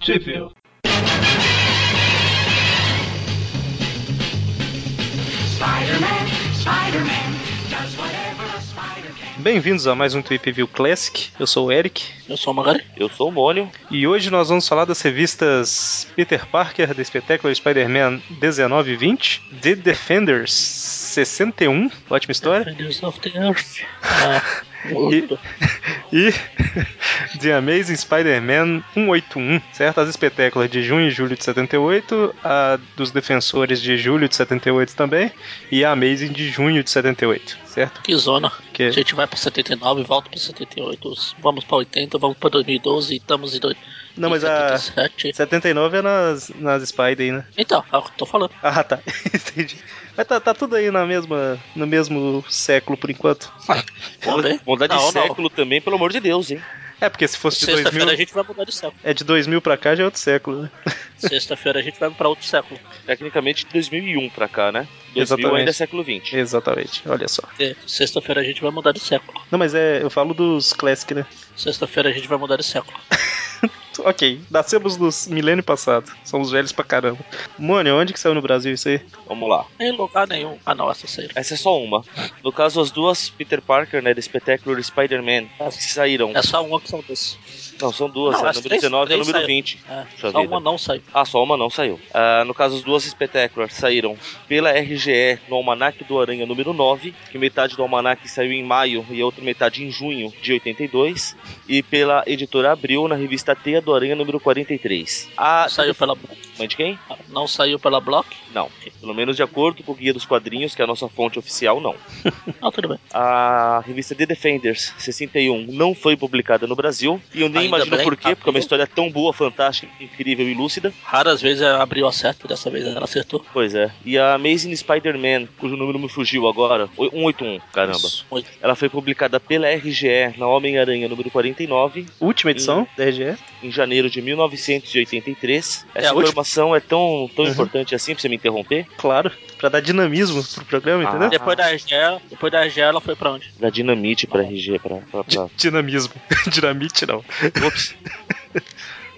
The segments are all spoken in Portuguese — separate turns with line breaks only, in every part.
Sheffield. Bem-vindos a mais um Tweep View Classic. Eu sou o Eric.
Eu sou o Magari.
Eu sou o Mônio.
E hoje nós vamos falar das revistas Peter Parker, The Spectacular Spider-Man 19 e 20, The Defenders 61, ótima história,
Defenders of the Earth. Ah,
E- e The Amazing Spider-Man 181, certo? As espetáculas de junho e julho de 78, a dos Defensores de julho de 78 também, e a Amazing de junho de 78, certo?
que zona.
Que-
A gente vai pra 79, volta pra 78, vamos pra 80, vamos pra 2012 e estamos em dois-
Não,
em
mas a
77.
79 é nas, nas Spider aí, né?
Então, é o que eu tô falando.
Ah, tá. Entendi. Mas tá, tá tudo aí na mesma, no mesmo século por enquanto.
Vamos ver.
Mudar de
Não, não.
século também, pelo amor de Deus, hein?
É, porque se fosse de
Sexta-feira a
2000,
gente vai mudar de século.
é de 2000 pra cá já é outro século, né?
Sexta-feira a gente vai pra outro século.
Tecnicamente de 2001 pra cá, né? 2000
Exatamente.
ainda é século 20.
Exatamente, olha só.
É, Sexta-feira a gente vai mudar de século.
Não, mas é, eu falo dos Classic, né?
Sexta-feira a gente vai mudar de século.
Ok, nascemos no milênio passado. Somos velhos pra caramba. Mônio, onde que saiu no Brasil isso aí?
Vamos lá.
Em lugar nenhum. Ah, não, essa saída.
Essa é só uma. No caso, as duas Peter Parker, né? Da Spectacular Spider-Man, que saíram.
É só uma que são desse.
Não, são duas,
Não,
né?
as
Número
três-
19 e
três
número
saíram.
20.
É,
Puxa
só
vida.
uma não saiu.
Ah, só uma não saiu. Ah, no caso, as duas Spectacular saíram pela RGE no Almanac do Aranha número 9, que metade do Almanac saiu em maio e a outra metade em junho de 82, e pela editora Abril na revista Teia do Aranha número 43. A...
Saiu pela,
Mãe de quem?
não saiu pela Block?
Não. Pelo menos de acordo com o Guia dos Quadrinhos, que é a nossa fonte oficial, não.
Não, tudo bem.
A revista The Defenders 61 não foi publicada no Brasil. E eu nem
Ainda
imagino
bem,
por quê,
tá
porque é uma
tudo.
história tão boa, fantástica, incrível e lúcida.
Raras vezes ela abriu acerto, dessa vez ela acertou.
Pois é. E a Amazing Spider-Man, cujo número me fugiu agora, oi- 181, caramba.
Isso, muito.
Ela foi publicada pela RGE na Homem-Aranha número 49,
Última edição da RGE?
em janeiro de 1983.
É,
Essa
a última-
informação é tão, tão
Uhum.
importante assim pra você me interromper.
Claro, pra dar dinamismo pro programa,
Ah.
entendeu?
Depois da RGE, depois da RGE ela foi pra onde?
Da dinamite pra RGE, pra, pra, pra
Dinamismo. Dinamite não.
Ops.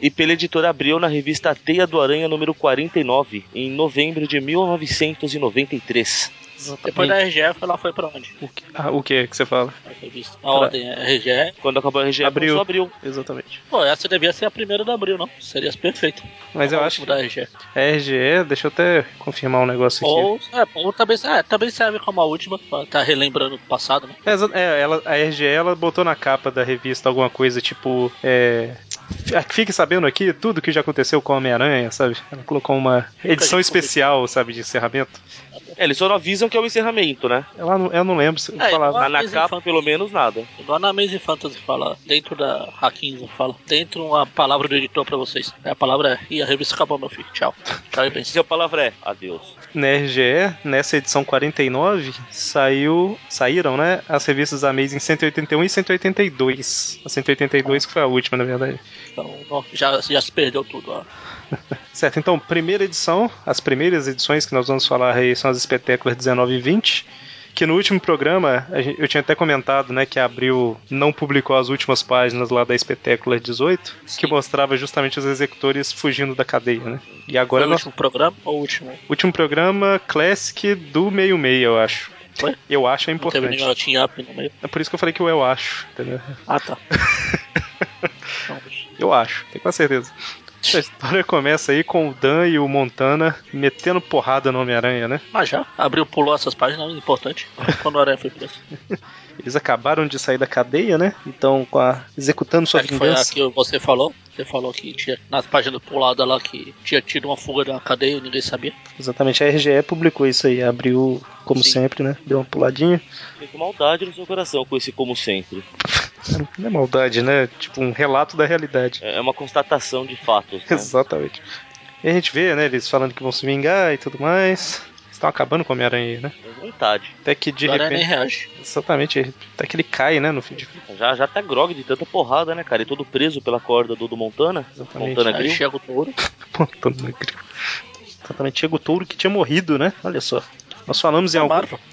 E pela editora Abril na revista Teia do Aranha número 49, em novembro de 1993.
Depois da RGE ela foi pra onde?
O que, ah, o que que você fala?
A revista. A ordem é RGE.
Quando acabou a RGE,
Abril.
começou Abril.
Exatamente.
Pô, essa devia ser a primeira da abril, não? Seria perfeito.
Mas eu
A
acho
última
que a
Da RGE.
RGE, deixa eu até confirmar um negócio aqui.
Ou, é, ou também, é, também serve como a última, pra tá relembrando o passado, né?
É, exa- é, ela, a RGE ela botou na capa da revista alguma coisa tipo. É, "F- fique sabendo aqui tudo que já aconteceu com o Homem-Aranha, sabe? Ela colocou uma edição
gente
especial, sabe, de encerramento.
É, eles só não avisam que é o encerramento, né?
Ela não, eu não lembro se eu
É,
falava.
Ah,
Mas na
mas
capa,
infantil.
pelo menos, nada.
Igual na Amazing Fantasy fala, dentro da Hakinza fala, dentro uma palavra do editor pra vocês. A palavra é, e a revista acabou, meu filho. Tchau. Tchau e bem.
Seu palavra é adeus.
Na RGE, nessa edição 49, saiu, saíram, né? As revistas Amazing 181 e 182. A 182 que foi a última, na verdade.
Então, ó, já, já se perdeu tudo, ó.
Certo, então, primeira edição, as primeiras edições que nós vamos falar aí são as espetáculas 19 e 20, que no último programa a gen- eu tinha até comentado, né, que a Abril não publicou as últimas páginas lá da espetácula 18, que
Sim.
mostrava justamente os executores fugindo da cadeia, né? E
Foi
agora
o
nós
último programa ou o último?
último programa Classic do meio-meio, eu acho.
Foi?
Eu acho é
Não teve
importante.
nenhum team up no meio.
É por isso que eu falei que o eu acho, entendeu?
Ah, tá. Então,
Eu acho, tenho quase certeza. A história começa aí com o Dan e o Montana metendo porrada no Homem-Aranha, né?
Mas ah, já, abriu, pulou essas páginas, importante. Quando o Aranha foi preso.
Eles acabaram de sair da cadeia, né? Então, com a... executando sua
Acho que foi a
vingança.
que você falou. Você falou que tinha, nas páginas puladas lá, que tinha tido uma fuga da cadeia e ninguém sabia.
Exatamente, a RGE publicou isso aí, abriu, como
Sim.
sempre, né? Deu uma puladinha.
Fiquei com maldade no seu coração com esse como sempre.
Não é maldade, né? Tipo, um relato da realidade.
É é uma constatação de fatos, né?
Exatamente. E a gente vê, né? Eles falando que vão se vingar e tudo mais. Estão acabando com o Homem-Aranha, aí, né?
É vontade.
Até que de
o Aranha nem
repente.
reage.
Exatamente, até que ele cai, né? No fim de.
Já, já tá grog de tanta porrada, né, cara? E todo preso pela corda do, do Montana.
Exatamente.
Montana
Aí
Grill.
chega o touro.
Montana Grill. Exatamente, chega o touro que tinha morrido, né? Olha só. Nós falamos em algum.
Tomaram.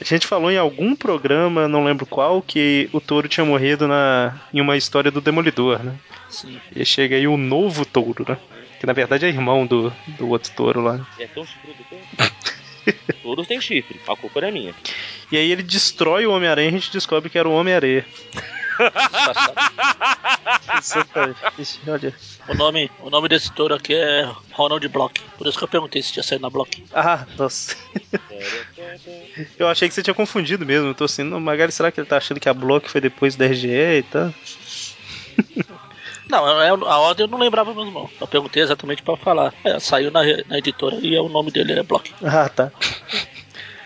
A gente falou em algum programa, não lembro qual, que o touro tinha morrido na, em uma história do Demolidor, né?
Sim.
E chega aí o novo touro, né? Que na verdade é irmão do, do outro touro lá. né?
É tão chifrudo quanto? Todos têm chifre, a culpa não é minha.
E aí ele destrói o Homem-Aranha e a gente descobre que era o Homem-Areia. Exatamente. Olha.
O nome, o nome desse touro aqui é Ronald Block. Por isso que eu perguntei se tinha saído na Block.
Ah, nossa. Eu achei que você tinha confundido mesmo. Eu tô assim, não, Magali, será que ele tá achando que a Block foi depois da RGE e tá?" tal?
Não, eu- eu- a ordem eu não lembrava mesmo, não. Eu perguntei exatamente pra falar. É, saiu na, re- na editora e o nome dele é Block.
Ah, tá.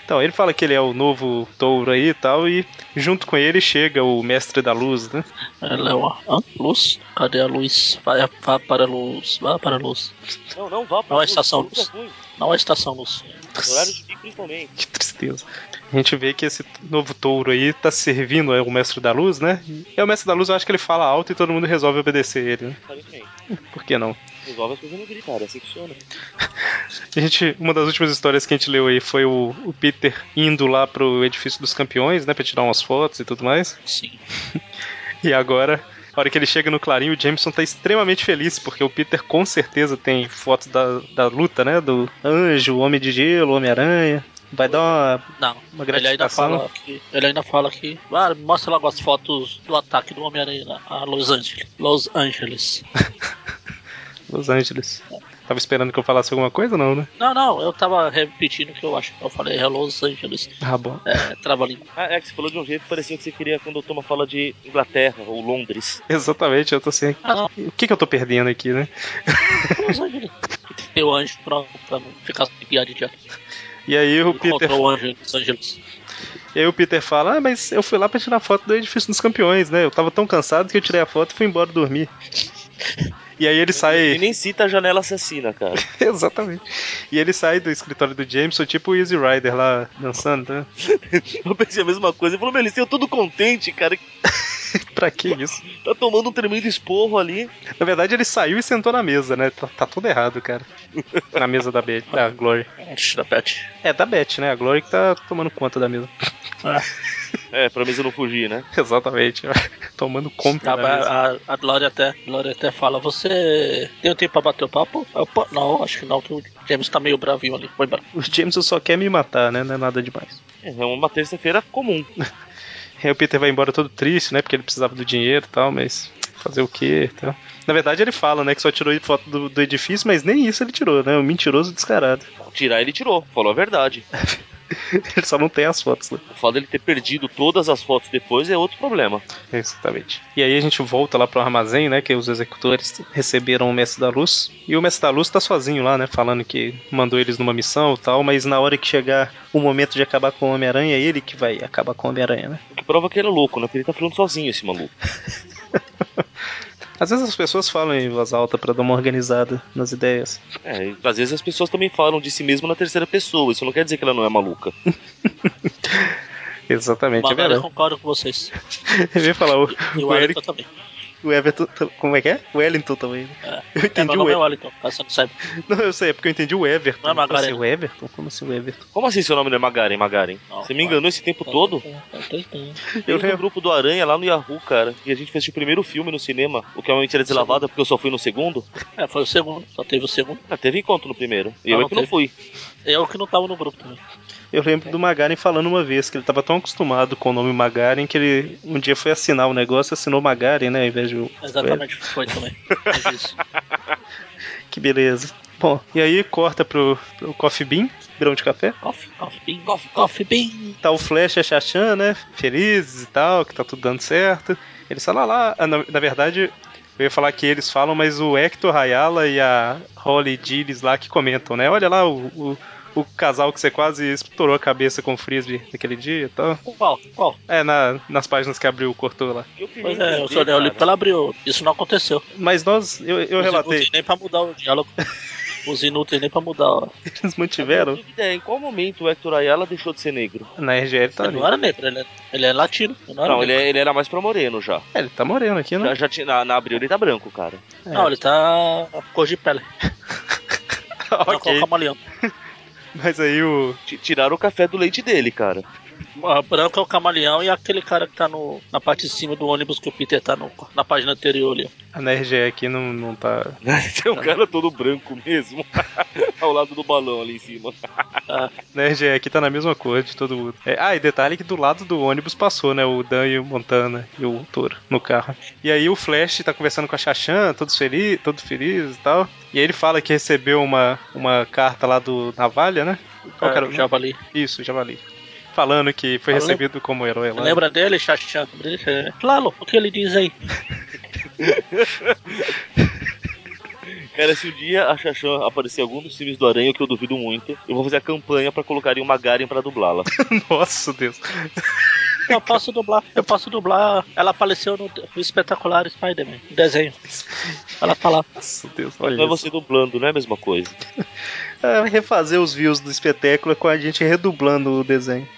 Então, ele fala que ele é o novo touro aí e tal, e junto com ele chega o mestre da luz, né?
Ela é uma hã? luz? Cadê a luz? Vai, vá para a luz, vá para a luz.
Não, não vá pra
Não, é
luz,
estação
luz é ruim.
Não a estação luz.
Horário de pico principalmente.
Que tristeza. A gente vê que esse novo touro aí tá servindo ao mestre da luz, né? E o mestre da luz eu acho que ele fala alto e todo mundo resolve obedecer ele, né?
Aparentemente.
Por que não?
Resolve as coisas no gritar, é assim que funciona.
A gente, uma das últimas histórias que a gente leu aí foi o, o Peter indo lá pro edifício dos campeões, né? Pra tirar umas fotos e tudo mais.
Sim.
E agora, a hora que ele chega no clarinho, o Jameson tá extremamente feliz, porque o Peter com certeza tem fotos da, da luta, né? Do anjo, homem de gelo, Homem-Aranha. Vai dar uma,
Não.
uma
Ele ainda
gratificação. né?
fala que. Ele ainda fala que. Ah, mostra logo as fotos do ataque do Homem-Aranha né? a Los Angeles. Los Angeles.
Los Angeles. Tava esperando que eu falasse alguma coisa, não, né?
Não, não, eu tava repetindo o que eu acho. Eu falei é Los Angeles.
Ah, bom.
É, trava-língua.
Ah, é que você falou de um jeito que parecia que você queria quando o Toma fala de Inglaterra ou Londres.
Exatamente, eu tô assim.
Ah, não, é
O que, que eu tô perdendo aqui, né?
Los Angeles. Tem o anjo pra, pra não ficar de piada idiota.
E aí o Peter.
Encontrou o anjo em Los Angeles.
E aí o Peter fala, ah, mas eu fui lá pra tirar foto do edifício dos campeões, né? Eu tava tão cansado que eu tirei a foto e fui embora dormir. E aí ele
E
sai.
nem cita a janela assassina, cara.
Exatamente. E ele sai do escritório do Jameson, tipo o Easy Rider lá dançando, né?
Eu pensei a mesma coisa. Ele falou, meu, eles estão todo contente, cara. que
pra que isso?
Tá tomando um tremendo esporro ali.
Na verdade, ele saiu e sentou na mesa, né? Tá, tá tudo errado, cara. Na mesa da, Be da Glory.
Antes da Pet.
É, da Beth, né? A Glory que tá tomando conta da mesa.
É, pra mesa não fugir, né?
Exatamente. Tomando conta
Tá,
da mesa.
a, a, a Glória até, Glória até fala, você tem um tempo pra bater o papo? Eu, "Pô, não, acho que não, que o James tá meio bravinho ali. Foi embora.
O Jameson só quer me matar, né? Não é nada demais.
É uma terça-feira comum.
Aí o Peter vai embora todo triste, né? Porque ele precisava do dinheiro e tal, mas fazer o quê? e Tal. Na verdade, ele fala, né? Que só tirou foto do, do edifício, mas nem isso ele tirou, né? Um mentiroso descarado.
Tirar ele tirou, falou a verdade.
ele só não tem as fotos, né?
O fato dele ter perdido todas as fotos depois é outro problema.
Exatamente. E aí a gente volta lá pro armazém, né? Que os executores receberam o Mestre da Luz. E o Mestre da Luz tá sozinho lá, né? Falando que mandou eles numa missão e tal, mas na hora que chegar o momento de acabar com o Homem-Aranha, é ele que vai acabar com o Homem-Aranha, né?
O que prova que ele é louco, né? Porque ele tá falando sozinho, esse maluco.
Às vezes as pessoas falam em voz alta pra dar uma organizada nas ideias.
É, e às vezes as pessoas também falam de si mesmo na terceira pessoa. Isso não quer dizer que ela não é maluca.
Exatamente, é
Mas eu
verdade.
concordo com vocês.
Eu ia falar o,
E o
o Eric,
Wellington também.
o Everton. tam- Como é que é? O Wellington também. né?
É.
Eu
É,
entendi
meu
o
nome é
Everton.
Wellington, caso você não saiba.
Não, eu sei, é porque eu entendi o Everton.
Não é
Como assim,
Magarena.
o Everton? Como assim o Everton?
Como assim seu nome não é Magaren, Magaren?
Não,
Você me enganou esse tempo todo?
É,
Eu
Eu
vi o grupo do Aranha lá no Yahoo, cara. E a gente fez o primeiro filme no cinema, o que é uma mentira deslavada, porque eu só fui no segundo.
É, foi o segundo, só teve o segundo.
Ah, teve encontro no primeiro. E
Ah,
eu é
não
que não
teve?
fui.
Eu que não tava no grupo também.
Eu lembro do Magaren falando uma vez que ele tava tão acostumado com o nome Magaren que ele um dia foi assinar o negócio e assinou Magaren, né? Ao invés de. o-
Exatamente, foi também. Mas isso.
Que beleza. Bom, e aí corta pro, pro Coffee Bean, grão de café.
Coffee, coffee, bean, coffee, coffee, bean.
Tá o Flash e a Chachan, né? Felizes e tal, que tá tudo dando certo. Eles falam lá. ah, Na, na verdade, eu ia falar que eles falam, mas o Hector Rayala e a Holly Gillis lá que comentam, né? Olha lá o, o, o casal que você quase estourou a cabeça com o Frisbee naquele dia e tal.
Qual? Qual?
É, na- nas páginas que abriu o cortou lá.
Eu queria
Pois é,
entender,
o senhor Neolito
cara.
ela abriu. Isso não aconteceu.
Mas nós, eu, eu
Os
relatei,
inúteis nem pra mudar o diálogo. Os inúteis nem pra mudar. ó.
eles
Eu
mantiveram.
tenho ideia, é, em qual momento o Hector Ayala deixou de ser negro?
Na RGL tá
Ele
ali.
não era negro, ele é, ele é latino. Ele não, era
Não, ele,
negro.
é- ele era mais pra moreno já.
É, ele tá moreno aqui,
Já,
né?
já tinha, na, na abril ele tá branco, cara.
é.
não, ele tá cor de pele. Não,
ok.
cor camaleão.
Mas aí o.
T- Tiraram o café do leite dele, cara.
A branca é o camaleão e aquele cara que tá no, na parte de cima do ônibus que o Peter tá no- na página anterior ali.
A NRGE aqui não, não tá.
Tem um cara todo branco mesmo. ao lado do balão ali em cima.
Ah,
A NRGE aqui tá na mesma cor de todo mundo. É, ah, e detalhe que do lado do ônibus passou, né? O Dan e o Montana e o Toro no carro. E aí o Flash tá conversando com a Xaxã, todos feliz, todo feliz e tal. E aí ele fala que recebeu uma, uma carta lá do Navalha, né? Qual que era o
o
nome?
Javali.
Isso, Javali. Falando que foi
Eu
recebido como herói lá.
Lembra dele, Xaxã? Lalo, o que ele diz aí?
Cara, se um dia a Xaxã aparecer em algum dos filmes do Aranha, o que eu duvido muito, eu vou fazer a campanha pra colocarem uma Garen pra dublá-la.
Nossa, Deus.
Eu posso dublar, eu posso dublar. Ela apareceu no, no espetacular Spider-Man, no desenho. Ela tá lá.
Nossa, Deus. Olha
Não é
isso.
você dublando, não é a mesma coisa.
É, refazer os views do espetáculo é com a gente redublando o desenho.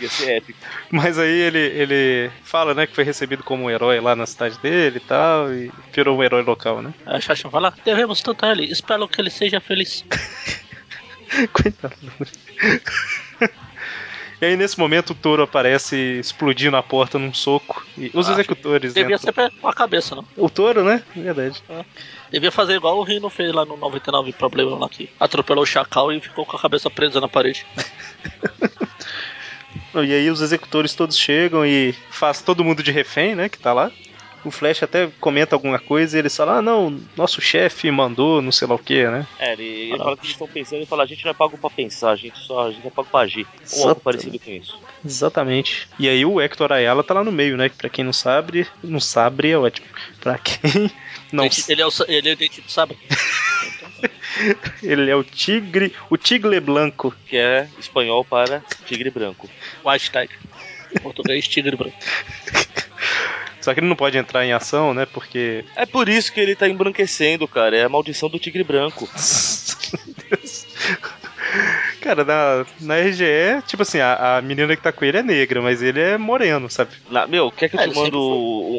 Ia ser épico.
Mas aí ele, ele fala, né, que foi recebido como um herói lá na cidade dele e tal, e virou um herói local, né?
A É, Xaxã fala, devemos tanto a ele, espero que ele seja feliz.
Coitado. E aí, nesse momento, o touro aparece explodindo a porta num soco. E os
Ah,
executores.
Devia
entram.
ser pe- com a cabeça, não.
O touro, né? Verdade.
Devia fazer igual o Rino fez lá no 99 problema lá que atropelou o chacal e ficou com a cabeça presa na parede.
E aí os executores todos chegam e faz todo mundo de refém, né, que tá lá. O Flash até comenta alguma coisa e eles falam, ah, não, nosso chefe mandou não sei lá o que, né?
É, ele, ele
Ah,
fala que eles estão pensando e fala, a gente não é pago pra pensar, a gente só a gente é pago pra agir. Ou
Exato,
algo parecido com isso.
Exatamente. E aí o Hector Ayala tá lá no meio, né, que pra quem não sabe, não sabe é ótimo. Pra quem não
Ele- Ele é o sa- ele é o dente do sabre.
ele é o tigre, o tigre blanco.
Que é espanhol para tigre branco.
White Tiger. Em Português, tigre branco.
Só que ele não pode entrar em ação, né, porque
É por isso que ele tá embranquecendo, cara. É a maldição do tigre branco.
Deus. Cara, na, na RGE, tipo assim, a, a menina que tá com ele é negra, mas ele é moreno, sabe?
Na- meu, quer que eu
É,
te
ele
mando
sempre foi.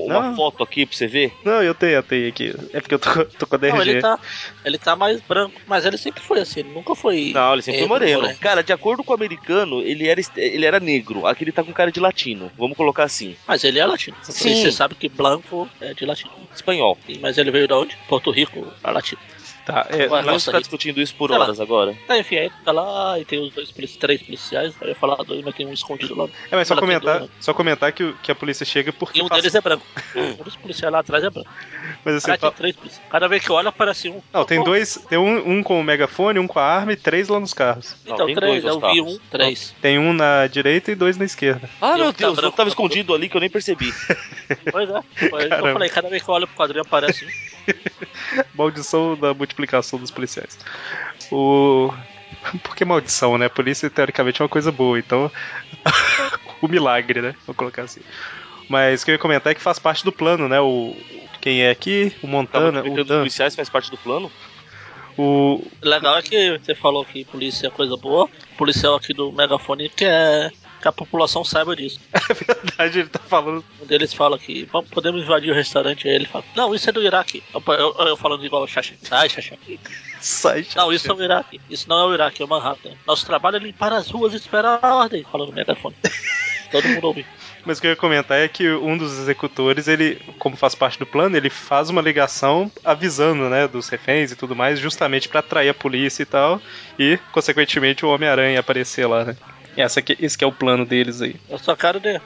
u- uma
Não.
foto aqui pra você ver?
Não, eu tenho, eu tenho aqui. É porque eu tô, com- tô com a DRG.
Não, ele tá, ele tá mais branco, mas ele sempre foi assim, ele nunca foi.
Não, ele sempre foi
negro,
moreno. né? Cara, de acordo com o americano, ele era, est- ele era negro. Aqui ele tá com cara de latino. Vamos colocar assim.
Mas ele é latino.
Sim.
E você sabe que branco é de latino.
Espanhol.
Sim, Mas ele veio da onde? Porto Rico, a latino.
Tá, é,
Ué,
Mas não
nossa,
tá
ele-
discutindo isso por
Sei lá.
horas agora.
Tá, enfim, aí tá lá e tem os dois, polici- três policiais. Eu ia falar dois, mas tem um escondido lá.
é, mas só
Fala, tem
comentar,
dois, né?
só comentar que, o- que a polícia chega porque
E um
passa-
deles é branco. um dos policiais lá atrás é branco.
mas assim,
Cara, tem
fa-
três policiais. Cada vez que olha, aparece um.
Não, tem
Pô,
dois, tem um, um com o megafone, um com a arma e três lá nos carros.
Então,
Não, tem
três.
dois nos
eu vi
carros.
um, três.
Tem um na direita e dois na esquerda.
Ah,
E
meu
o que tá
Deus, eu
branco
tava
tá
escondido ali que eu nem percebi.
Pois é. Foi isso que
Caramba.
eu falei, cada vez que eu olho pro quadrinho aparece um.
Maldição da multiplicação dos policiais. O. Por que maldição, né? A polícia teoricamente é uma coisa boa, então. o milagre, né? Vou colocar assim. Mas o que eu ia comentar é que faz parte do plano, né? O. Quem é aqui? O
Tava
Montana,
explicando
o
os
Dan,
policiais, faz parte do plano.
o,
Legal é que você falou que polícia é coisa boa. Policial aqui do megafone quer que a população saiba disso.
É verdade, ele tá falando.
Um deles fala que "Vamos- podemos invadir o restaurante. Aí ele fala: Não, isso é do Iraque. Eu, eu- eu falando igual o Xaxá. Ai, Xaxá.
Sai,
Não, isso é o Iraque. Isso não é o Iraque, é o Manhattan. Nosso trabalho é limpar as ruas e esperar a ordem. Falando no megafone. Todo mundo ouve.
Mas o que eu ia comentar é que um dos executores, ele, como faz parte do plano, ele faz uma ligação avisando, né, dos reféns e tudo mais, justamente pra atrair a polícia e tal, e, consequentemente, o Homem-Aranha aparecer lá, né? Essa aqui, esse que é o plano deles aí.
Eu sou a cara de.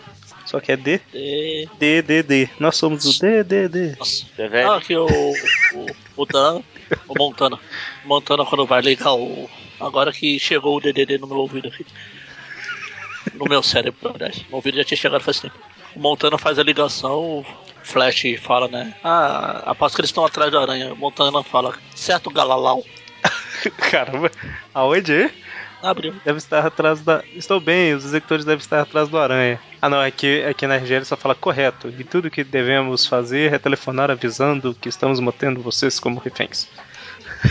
Só que é D,
de...
D, D, D. Nós somos o D, D, D.
Nossa.
Você é velho?
Não, aqui Ah, o, o, o Dan, o Montana. Montana quando vai ligar o. Agora que chegou o DDD no meu ouvido aqui. No meu cérebro, na verdade. Meu ouvido já tinha chegado faz tempo. O Montana faz a ligação, o Flash fala, né? Ah, aposto que eles estão atrás da aranha. O Montana fala, certo, Galalau.
Caramba, aonde?
Abriu.
Deve estar atrás da. Estou bem, os executores devem estar atrás do Aranha. Ah, não, aqui, aqui na RG ele só fala correto. E tudo que devemos fazer é telefonar avisando que estamos mantendo vocês como reféns.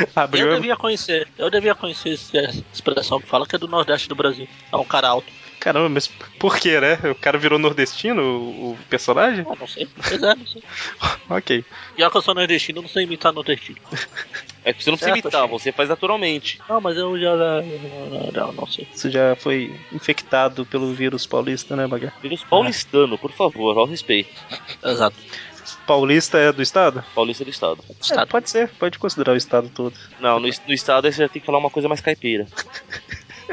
Eu
Abriu.
devia conhecer, eu devia conhecer essa expressão que fala que é do Nordeste do Brasil. É um cara alto.
Caramba, mas por que, né? O cara virou nordestino, o, o personagem?
Ah, não sei. Pois é, não sei.
Ok.
Já que eu sou nordestino, eu não sei imitar nordestino.
É que você não precisa
Certo,
imitar,
achei.
você faz naturalmente.
Não, mas eu já. Não, não, não sei.
Você já foi infectado pelo vírus paulista, né, Bagar?
Vírus paulistano, por favor, ao respeito.
Exato.
Paulista é do estado?
Paulista do estado.
É,
Estado.
pode ser, pode considerar o estado todo.
Não, no, es- no estado aí você já tem que falar uma coisa mais caipira.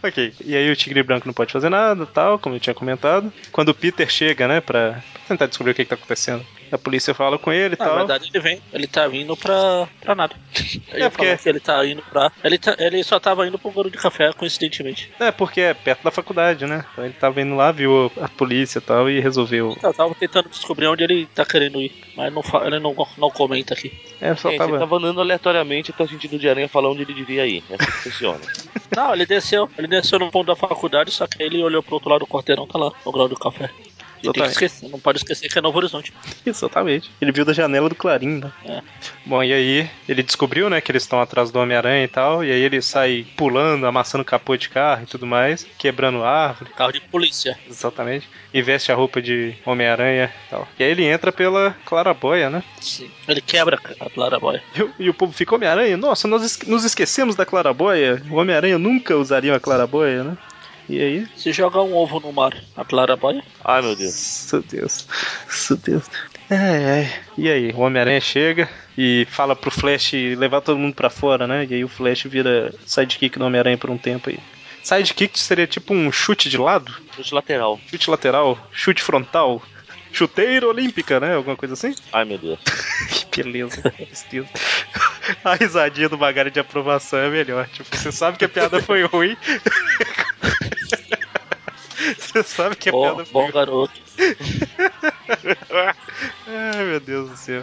Ok, e aí o Tigre Branco não pode fazer nada, tal, como eu tinha comentado. Quando o Peter chega, né, pra tentar descobrir o que, que tá acontecendo, a polícia fala com ele e
Na
tal.
verdade, ele vem. Ele tá vindo pra, pra nada. Ele
É, porque-
falou que ele tá indo pra. Ele, tá- ele só tava indo pro Goro de Café, coincidentemente.
É, porque é perto da faculdade, né? Então ele tava indo lá, viu a polícia e tal, e resolveu.
Eu tava tentando descobrir onde ele tá querendo ir, mas não, fa- ele não, não comenta aqui.
É, só
Gente, então
tava.
ele tava andando tá aleatoriamente até o sentido de aranha falar onde ele devia ir. É assim que funciona.
Não, ele desceu. Ele desceu no ponto da faculdade, só que aí ele olhou pro outro lado do quarteirão, tá lá, no grau do café. E tem que
Exatamente.
esquecer, não pode esquecer que é Novo Horizonte.
Exatamente. Ele viu da janela do Clarim, né?
É.
Bom, e aí ele descobriu, né, que eles estão atrás do Homem-Aranha e tal, e aí ele sai pulando, amassando capô de carro e tudo mais, quebrando árvore,
Carro de polícia.
exatamente, e veste a roupa de Homem-Aranha e tal. E aí ele entra pela Clarabóia, né?
Sim. Ele quebra a clarabóia.
E, o- e o povo fica Homem-Aranha, nossa, nós es- nos esquecemos da Clarabóia, o Homem-Aranha nunca usaria uma Clarabóia, né? E aí,
Se jogar um ovo no mar, a clarabóia.
Ai meu Deus.
Meu Deus. Meu Deus. Ai, ai. E aí, o Homem-Aranha chega e fala pro Flash levar todo mundo pra fora, né? E aí o Flash vira sidekick do Homem-Aranha por um tempo aí. Sidekick seria tipo um chute de lado?
Chute lateral.
Chute lateral? Chute frontal? Chuteira olímpica, né? Alguma coisa assim?
Ai meu Deus.
Que beleza, que tristeza. A risadinha do Magari de aprovação é melhor. Tipo, você sabe que a piada foi ruim. Você sabe que a
Bom-
piada foi
bom garoto.
Ai, meu Deus do céu.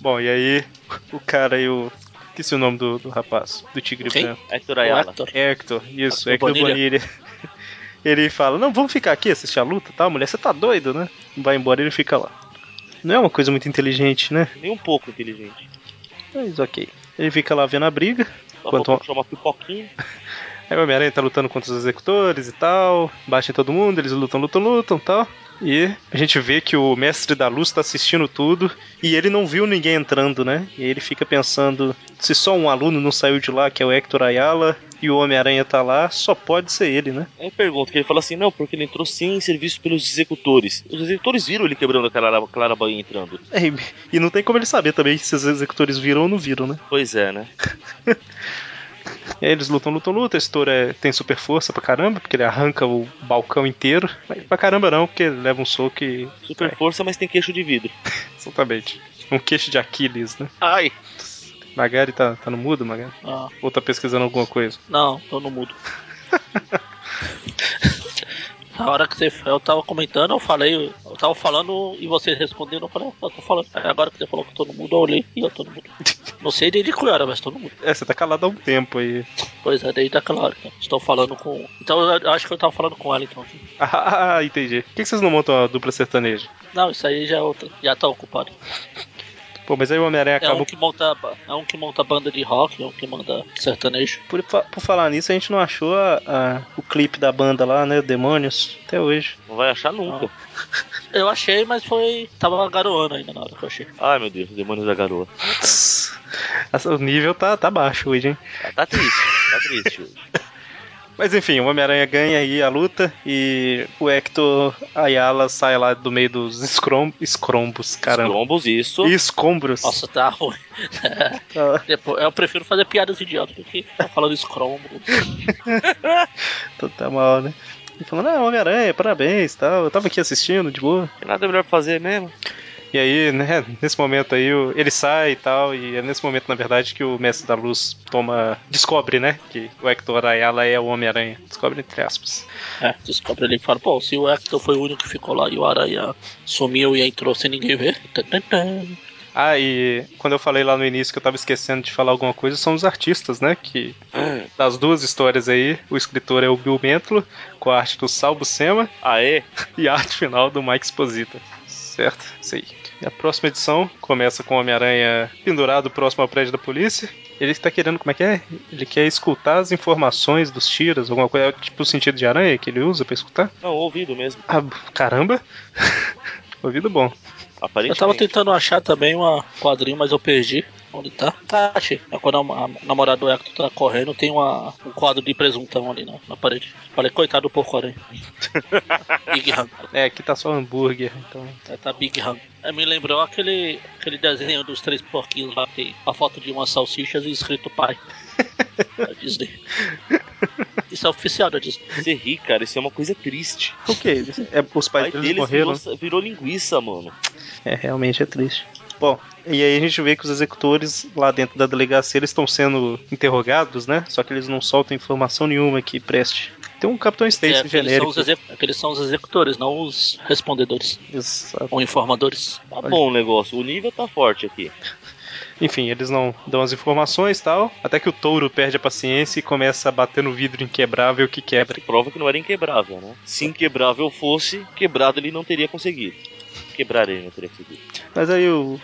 Bom, e aí, o cara e o. Esqueci o nome do, do rapaz, do Tigre
Quem?
Branco.
Hector
O
Ayala.
Hector.
Hector, isso,
Hector
Hector
Bonilha.
Bonilha. Ele fala: Não, vamos ficar aqui assistir a luta, tá? Mulher, você tá doido, né? Vai embora ele fica lá. Não é uma coisa muito inteligente, né?
Nem um pouco inteligente.
Mas ok. Ele fica lá vendo a briga.
Só
Quanto-
vou puxar uma pipoquinha.
Aí o Homem-Aranha tá lutando contra os executores e tal. Bate em todo mundo, eles lutam, lutam, lutam e tal. E a gente vê que o mestre da luz tá assistindo tudo e ele não viu ninguém entrando, né? E ele fica pensando: se só um aluno não saiu de lá, que é o Hector Ayala, e o Homem-Aranha tá lá, só pode ser ele, né?
Aí eu pergunto, que ele fala assim, não, porque ele entrou sem serviço pelos executores. Os executores viram ele quebrando a clara, claraboia entrando.
É, E, e não tem como ele saber também se os executores viram ou não viram, né?
Pois é, né?
E aí eles lutam, lutam, lutam. Esse touro é- tem super força pra caramba, porque ele arranca o balcão inteiro. Mas pra caramba não, porque ele leva um soco e.
Super
É,
força, mas tem queixo de vidro.
exatamente. Um queixo de Aquiles, né?
Ai!
Magari tá, tá no mudo, Magari?
Ah,
Ou tá pesquisando alguma coisa?
não, tô no mudo. Na hora que você. Eu tava comentando, eu falei. Eu tava falando e você respondendo, eu falei, "Ah, eu tô falando. Aí agora que você falou que eu tô no mudo, eu olhei e eu tô no mudo. Não sei desde que hora, mas tô no mudo.
É, você tá calado há um tempo aí.
Pois é, desde aquela hora. então. Estou falando com. Então eu acho que eu tava falando com ela então.
Ah, ah, entendi. Por que que vocês não montam a dupla sertaneja?
Não, isso aí já, é outra- já tá ocupado.
Pô, mas aí o Homem-Aranha
É um,
acabou.
que monta, ba- é um que monta banda de rock, é um que manda sertanejo.
Por, fa- por falar nisso, a gente não achou a- a- o clipe da banda lá, né? Demônios, até hoje.
Não vai achar nunca.
Eu achei, mas foi. Tava garoando ainda na hora que eu achei.
Ai meu Deus, demônios da garoa.
Essa- O nível tá, tá baixo hoje, hein?
Ah, Tá triste, tá triste hoje.
Mas enfim, o Homem-Aranha ganha aí a luta e o Hector Ayala sai lá do meio dos escrom... escrombos, caramba.
Trombos, isso.
Escombros.
Nossa, tá ruim.
Ah.
Depois, eu prefiro fazer piadas idiotas do que ficar falando escrombo.
Tá, tá mal, né? E falando, ah, Homem-Aranha, parabéns tal. Eu tava aqui assistindo, de boa.
Tem nada melhor pra fazer mesmo.
E aí, né, nesse momento aí, o- ele sai e tal. E é nesse momento, na verdade, que o Mestre da Luz toma. Descobre, né? Que o Hector Ayala é o Homem-Aranha. Descobre entre aspas.
É, descobre ele e fala, pô, se o Hector foi o único que ficou lá e o Aranha sumiu e entrou sem ninguém ver. tan, tan, tan.
Ah, e quando eu falei lá no início que eu tava esquecendo de falar alguma coisa, são os artistas, né? Que das duas histórias aí, o escritor é o Bill Mantlo, com a arte do Sal Buscema
Aê!
e a arte final do Mike Esposito. Você Certo? Isso aí. E a próxima edição começa com o Homem-Aranha pendurado próximo ao prédio da polícia. Ele está querendo, como é que é? Ele quer escutar as informações dos tiros, alguma coisa, é tipo o sentido de aranha que ele usa pra escutar.
Não, ouvido mesmo.
Ah, b- caramba! Ouvido bom.
Eu tava
Aparentemente.
tentando achar também uma quadrinho, mas eu perdi. Onde tá? Tá, achei. É quando a, a namorada do Hector tá correndo, tem uma, um quadro de presuntão ali na, na parede. Falei, coitado do porco aranha. Big Hang.
É, aqui tá só hambúrguer, então.
É, Tá Big Hang. É, me lembrou aquele, aquele desenho dos três porquinhos lá, que tem a foto de umas salsichas e escrito pai. Da Disney. Isso é oficial da Disney.
Você ri, cara, isso é uma coisa triste.
O que? É, os
O
pais
pai
deles
deles
morreram.
virou, virou linguiça, mano.
É, realmente é triste. Bom, e aí a gente vê que os executores lá dentro da delegacia eles estão sendo interrogados, né? Só que eles não soltam informação nenhuma que preste. Tem um Capitão
É,
Stacy
aqueles, são
genérico.
os exec- aqueles são os executores, não os respondedores
Exato.
ou informadores.
Tá bom o negócio, o nível tá forte aqui.
Enfim, eles não dão as informações e tal. Até que o touro perde a paciência e começa a bater no vidro inquebrável que quebra.
Prova que não era inquebrável, né? Se inquebrável fosse, quebrado ele não teria conseguido. Quebrar ele não teria conseguido.
Mas aí o-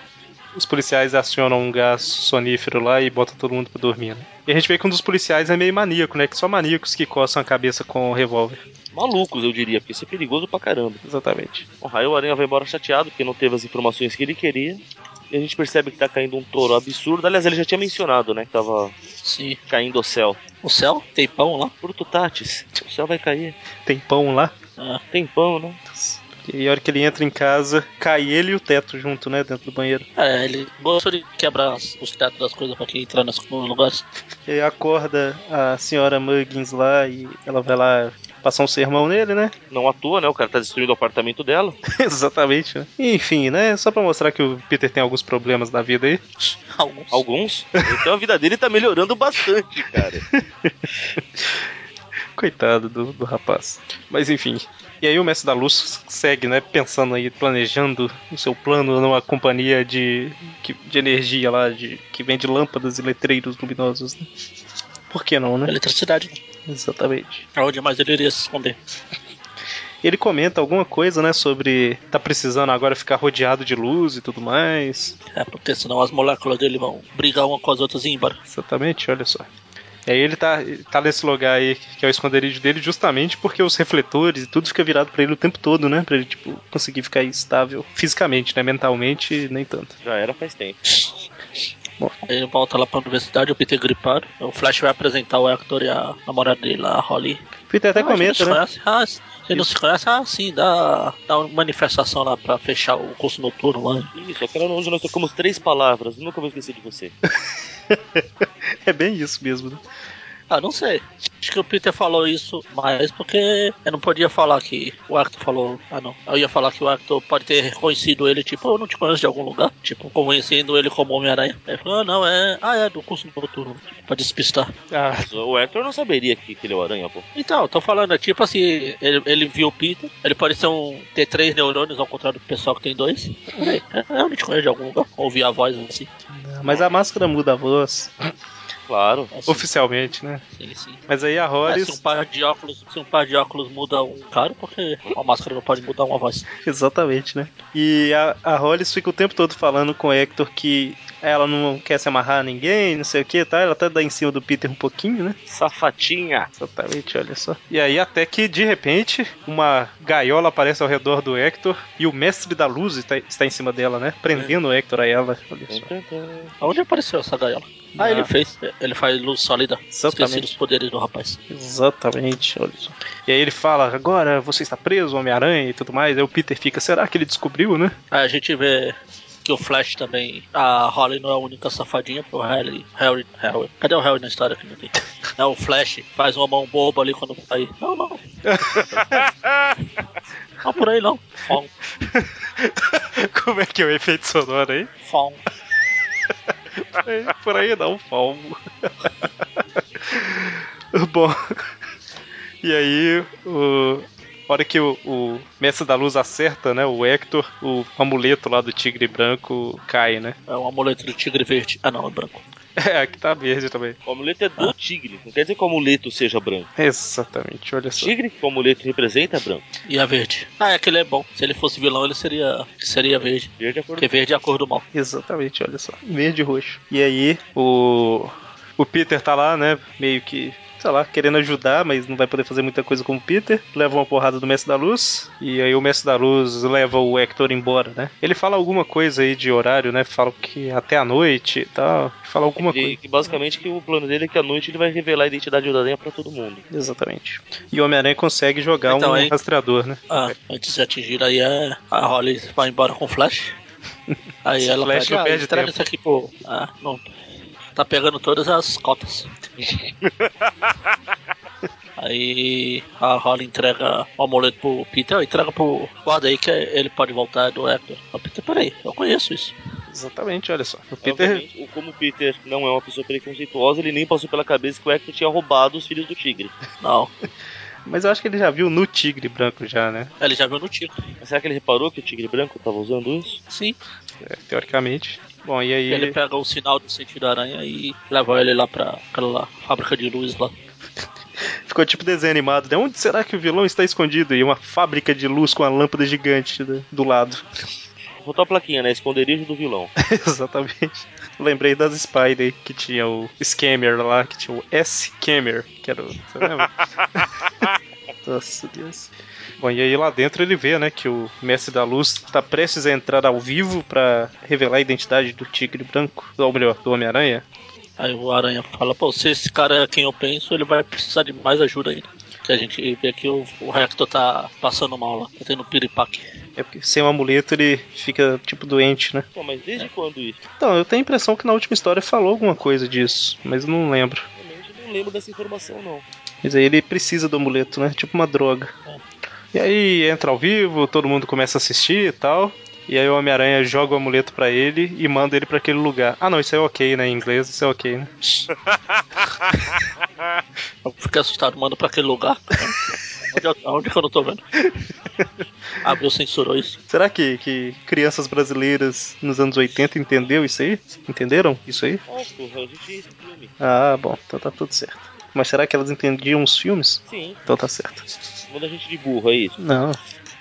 os policiais acionam um gás sonífero lá e botam todo mundo pra dormir. né? E a gente vê que um dos policiais é meio maníaco, né? Que só maníacos que coçam a cabeça com o revólver.
Malucos, eu diria, porque isso é perigoso pra caramba.
Exatamente.
Bom, aí o Aranha vai embora chateado, porque não teve as informações que ele queria. E a gente percebe que tá caindo um touro absurdo. Aliás, ele já tinha mencionado, né? Que tava
Sim.
caindo o céu.
O céu tem pão lá.
Bruto Tatis, o céu vai cair.
Tem pão lá.
É,
Tem pão, né?
E aí, a hora que ele entra em casa, cai ele e o teto junto, né? Dentro do banheiro.
É, ele gosta de quebrar as- os tetos das coisas pra quem entrar nos nos lugares.
E aí acorda a senhora Muggins lá e ela vai lá passar um sermão nele, né?
Não à toa, né? O cara tá destruindo o apartamento dela.
Exatamente, né? Enfim, né? Só pra mostrar que o Peter tem alguns problemas na vida aí.
Alguns.
Alguns. Então a vida dele tá melhorando bastante, cara.
Coitado do, do rapaz. Mas enfim. E aí o Mestre da Luz segue, né? Pensando aí, planejando o seu plano numa companhia de, que- de energia lá, de, que vende lâmpadas e letreiros luminosos, né? Por que não, né?
Eletricidade.
Exatamente.
É onde mais ele iria se esconder.
Ele comenta alguma coisa, né, sobre tá precisando agora ficar rodeado de luz e tudo mais.
É, porque senão as moléculas dele vão brigar uma com as outras e ir embora.
Exatamente, olha só. E aí ele tá, tá nesse lugar aí, que é o esconderijo dele, justamente porque os refletores e tudo fica virado pra ele o tempo todo, né? Pra ele, tipo, conseguir ficar estável fisicamente, né? Mentalmente, nem tanto.
Já era faz tempo.
Ele volta lá pra universidade, o Peter gripado. O Flash vai apresentar o Hector e a namorada dele lá, a Holly.
Peter até
Ah,
comenta,
você não
né?
se Conhece? Ah, se- você não se conhece? Ah, sim, dá, dá uma manifestação lá pra fechar o curso noturno lá.
Isso, aquela hoje nós trocamos três palavras. Nunca vou esquecer de você.
É bem isso mesmo, né?
Ah, não sei. Acho que o Peter falou isso mais porque eu não podia falar que o Actor falou. Ah, não. Eu ia falar que o Actor pode ter reconhecido ele, tipo, eu não te conheço de algum lugar. Tipo, conhecendo ele como Homem-Aranha. Aí ele falou, ah, não, é. Ah, é, do curso noturno. Tipo, pra despistar.
Ah,
Mas o Hector não saberia que, que ele é o aranha, pô.
Então, eu tô falando, é tipo assim, ele, ele viu o Peter, ele pode ser um, ter três neurônios, ao contrário do pessoal que tem dois. Peraí, é, eu não te conheço de algum lugar. Ouvir a voz assim.
mas a máscara muda a voz,
Claro.
É
assim
oficialmente, né?
sim, sim.
Mas aí a
É,
Horis.
se um par de óculos, se um par de óculos muda um cara, porque uma máscara não pode mudar uma voz.
Exatamente, né? E a, a Hollis fica o tempo todo falando com o Hector que ela não quer se amarrar a ninguém, não sei o que, tá? Ela até dá em cima do Peter um pouquinho, né?
Safatinha.
Exatamente, olha só. E aí até que, de repente, uma gaiola aparece ao redor do Hector e o mestre da luz está, está em cima dela, né? Prendendo o Hector a ela. Olha só.
Aonde apareceu essa gaiola?
Ah.
Ah, ele fez. Ele faz luz sólida. Esqueci
Exatamente.
dos poderes do rapaz.
Exatamente, olha só. E aí ele fala, agora você está preso, Homem-Aranha e tudo mais. Aí o Peter fica, será que ele descobriu, né?
Aí É, a gente vê que o Flash também. A Holly não é a única safadinha, porque o Harry. Harry, Harry. Cadê o Harry na história que não tem? É o Flash, faz uma mão boba ali quando sai. Não, não. não por aí não. Fom,
Como é que é o efeito sonoro aí?
fom.
É, Por aí não, palmo. Bom. E aí, o... a hora que o, o Mestre da Luz acerta, né? O Hector, o amuleto lá do tigre branco cai, né?
É um amuleto do tigre verde. Ah não, é branco.
É, aqui tá verde também.
O amuleto é
Ah.
do tigre. Não quer dizer que o amuleto seja branco.
Exatamente, olha só.
Tigre que o amuleto representa é branco.
E a verde. Ah, é que ele é bom. Se ele fosse vilão, ele seria, seria verde.
Verde é cor
Porque verde é a cor do mal.
Exatamente, olha só. Verde e roxo. E aí, o. O Peter tá lá, né? Meio que. Sei lá, querendo ajudar, mas não vai poder fazer muita coisa com o Peter. Leva uma porrada do Mestre da Luz. E aí o Mestre da Luz leva o Hector embora, né? Ele fala alguma coisa aí de horário, né? Fala que até a noite e tal. Fala alguma coisa.
E que basicamente que o plano dele é que à noite ele vai revelar a identidade do Aranha pra todo mundo.
Exatamente. E o Homem-Aranha consegue jogar
Então,
um
aí-
rastreador, né?
Ah, antes de atingir aí a, a Holly vai embora com o Flash. Aí ela
Flash não
pede,
perde
ah, traz
tempo."
isso aqui pro. Ah, não. Tá pegando todas as cotas. aí a Holly entrega o amuleto pro Peter, entrega pro guarda aí que ele pode voltar é do Hector. Ô, Peter, peraí, eu conheço isso.
Exatamente, olha só. O Peter.
Obviamente, o- como o Peter não é uma pessoa preconceituosa, ele nem passou pela cabeça que o Hector tinha roubado os filhos do tigre.
Não,
Mas eu acho que ele já viu no Tigre Branco já, né?
ele já viu no tiro.
Mas será que ele reparou que o tigre branco tava usando isso?
Sim,
É, teoricamente. Bom, e aí.
ele pega o sinal do sentido aranha e leva ele lá pra aquela fábrica de luz lá.
Ficou tipo desenho animado, né? Onde será que o vilão está escondido? E uma fábrica de luz com uma lâmpada gigante do, do lado.
Botou a plaquinha, né? Esconderijo do vilão.
Exatamente. Lembrei das Spider que tinha o Scammer lá, que tinha o S-Scammer, que era o. Você lembra? Nossa Deus. Bom, e aí lá dentro ele vê, né, que o Mestre da Luz tá prestes a entrar ao vivo pra revelar a identidade do Tigre Branco, ou melhor, do Homem-Aranha.
Aí o Aranha fala, pô, se esse cara é quem eu penso, ele vai precisar de mais ajuda ainda. Que a gente vê que o, o Hector tá passando mal lá, tá tendo piripaque.
É porque sem o amuleto ele fica tipo doente, né?
Pô, mas desde quando isso?
Então, eu tenho a impressão que na última história falou alguma coisa disso, mas eu não lembro.
Realmente eu não lembro dessa informação, não.
Mas aí ele precisa do amuleto, né? Tipo uma droga. E aí entra ao vivo, todo mundo começa a assistir e tal. E aí o Homem-Aranha joga o amuleto pra ele e manda ele pra aquele lugar. Ah não, isso é ok, né? Em inglês, isso é ok, né?
Eu fiquei assustado, manda pra aquele lugar. onde, eu- onde que eu não tô vendo? Abriu, censurou isso.
Será que, que crianças brasileiras nos anos 80 entendeu isso aí? Entenderam isso aí?
Nossa, porra, a gente esse filme.
Ah, bom, então tá tudo certo. Mas será que elas entendiam os filmes?
Sim,
Então tá certo.
manda a gente de burro, é isso.
Não.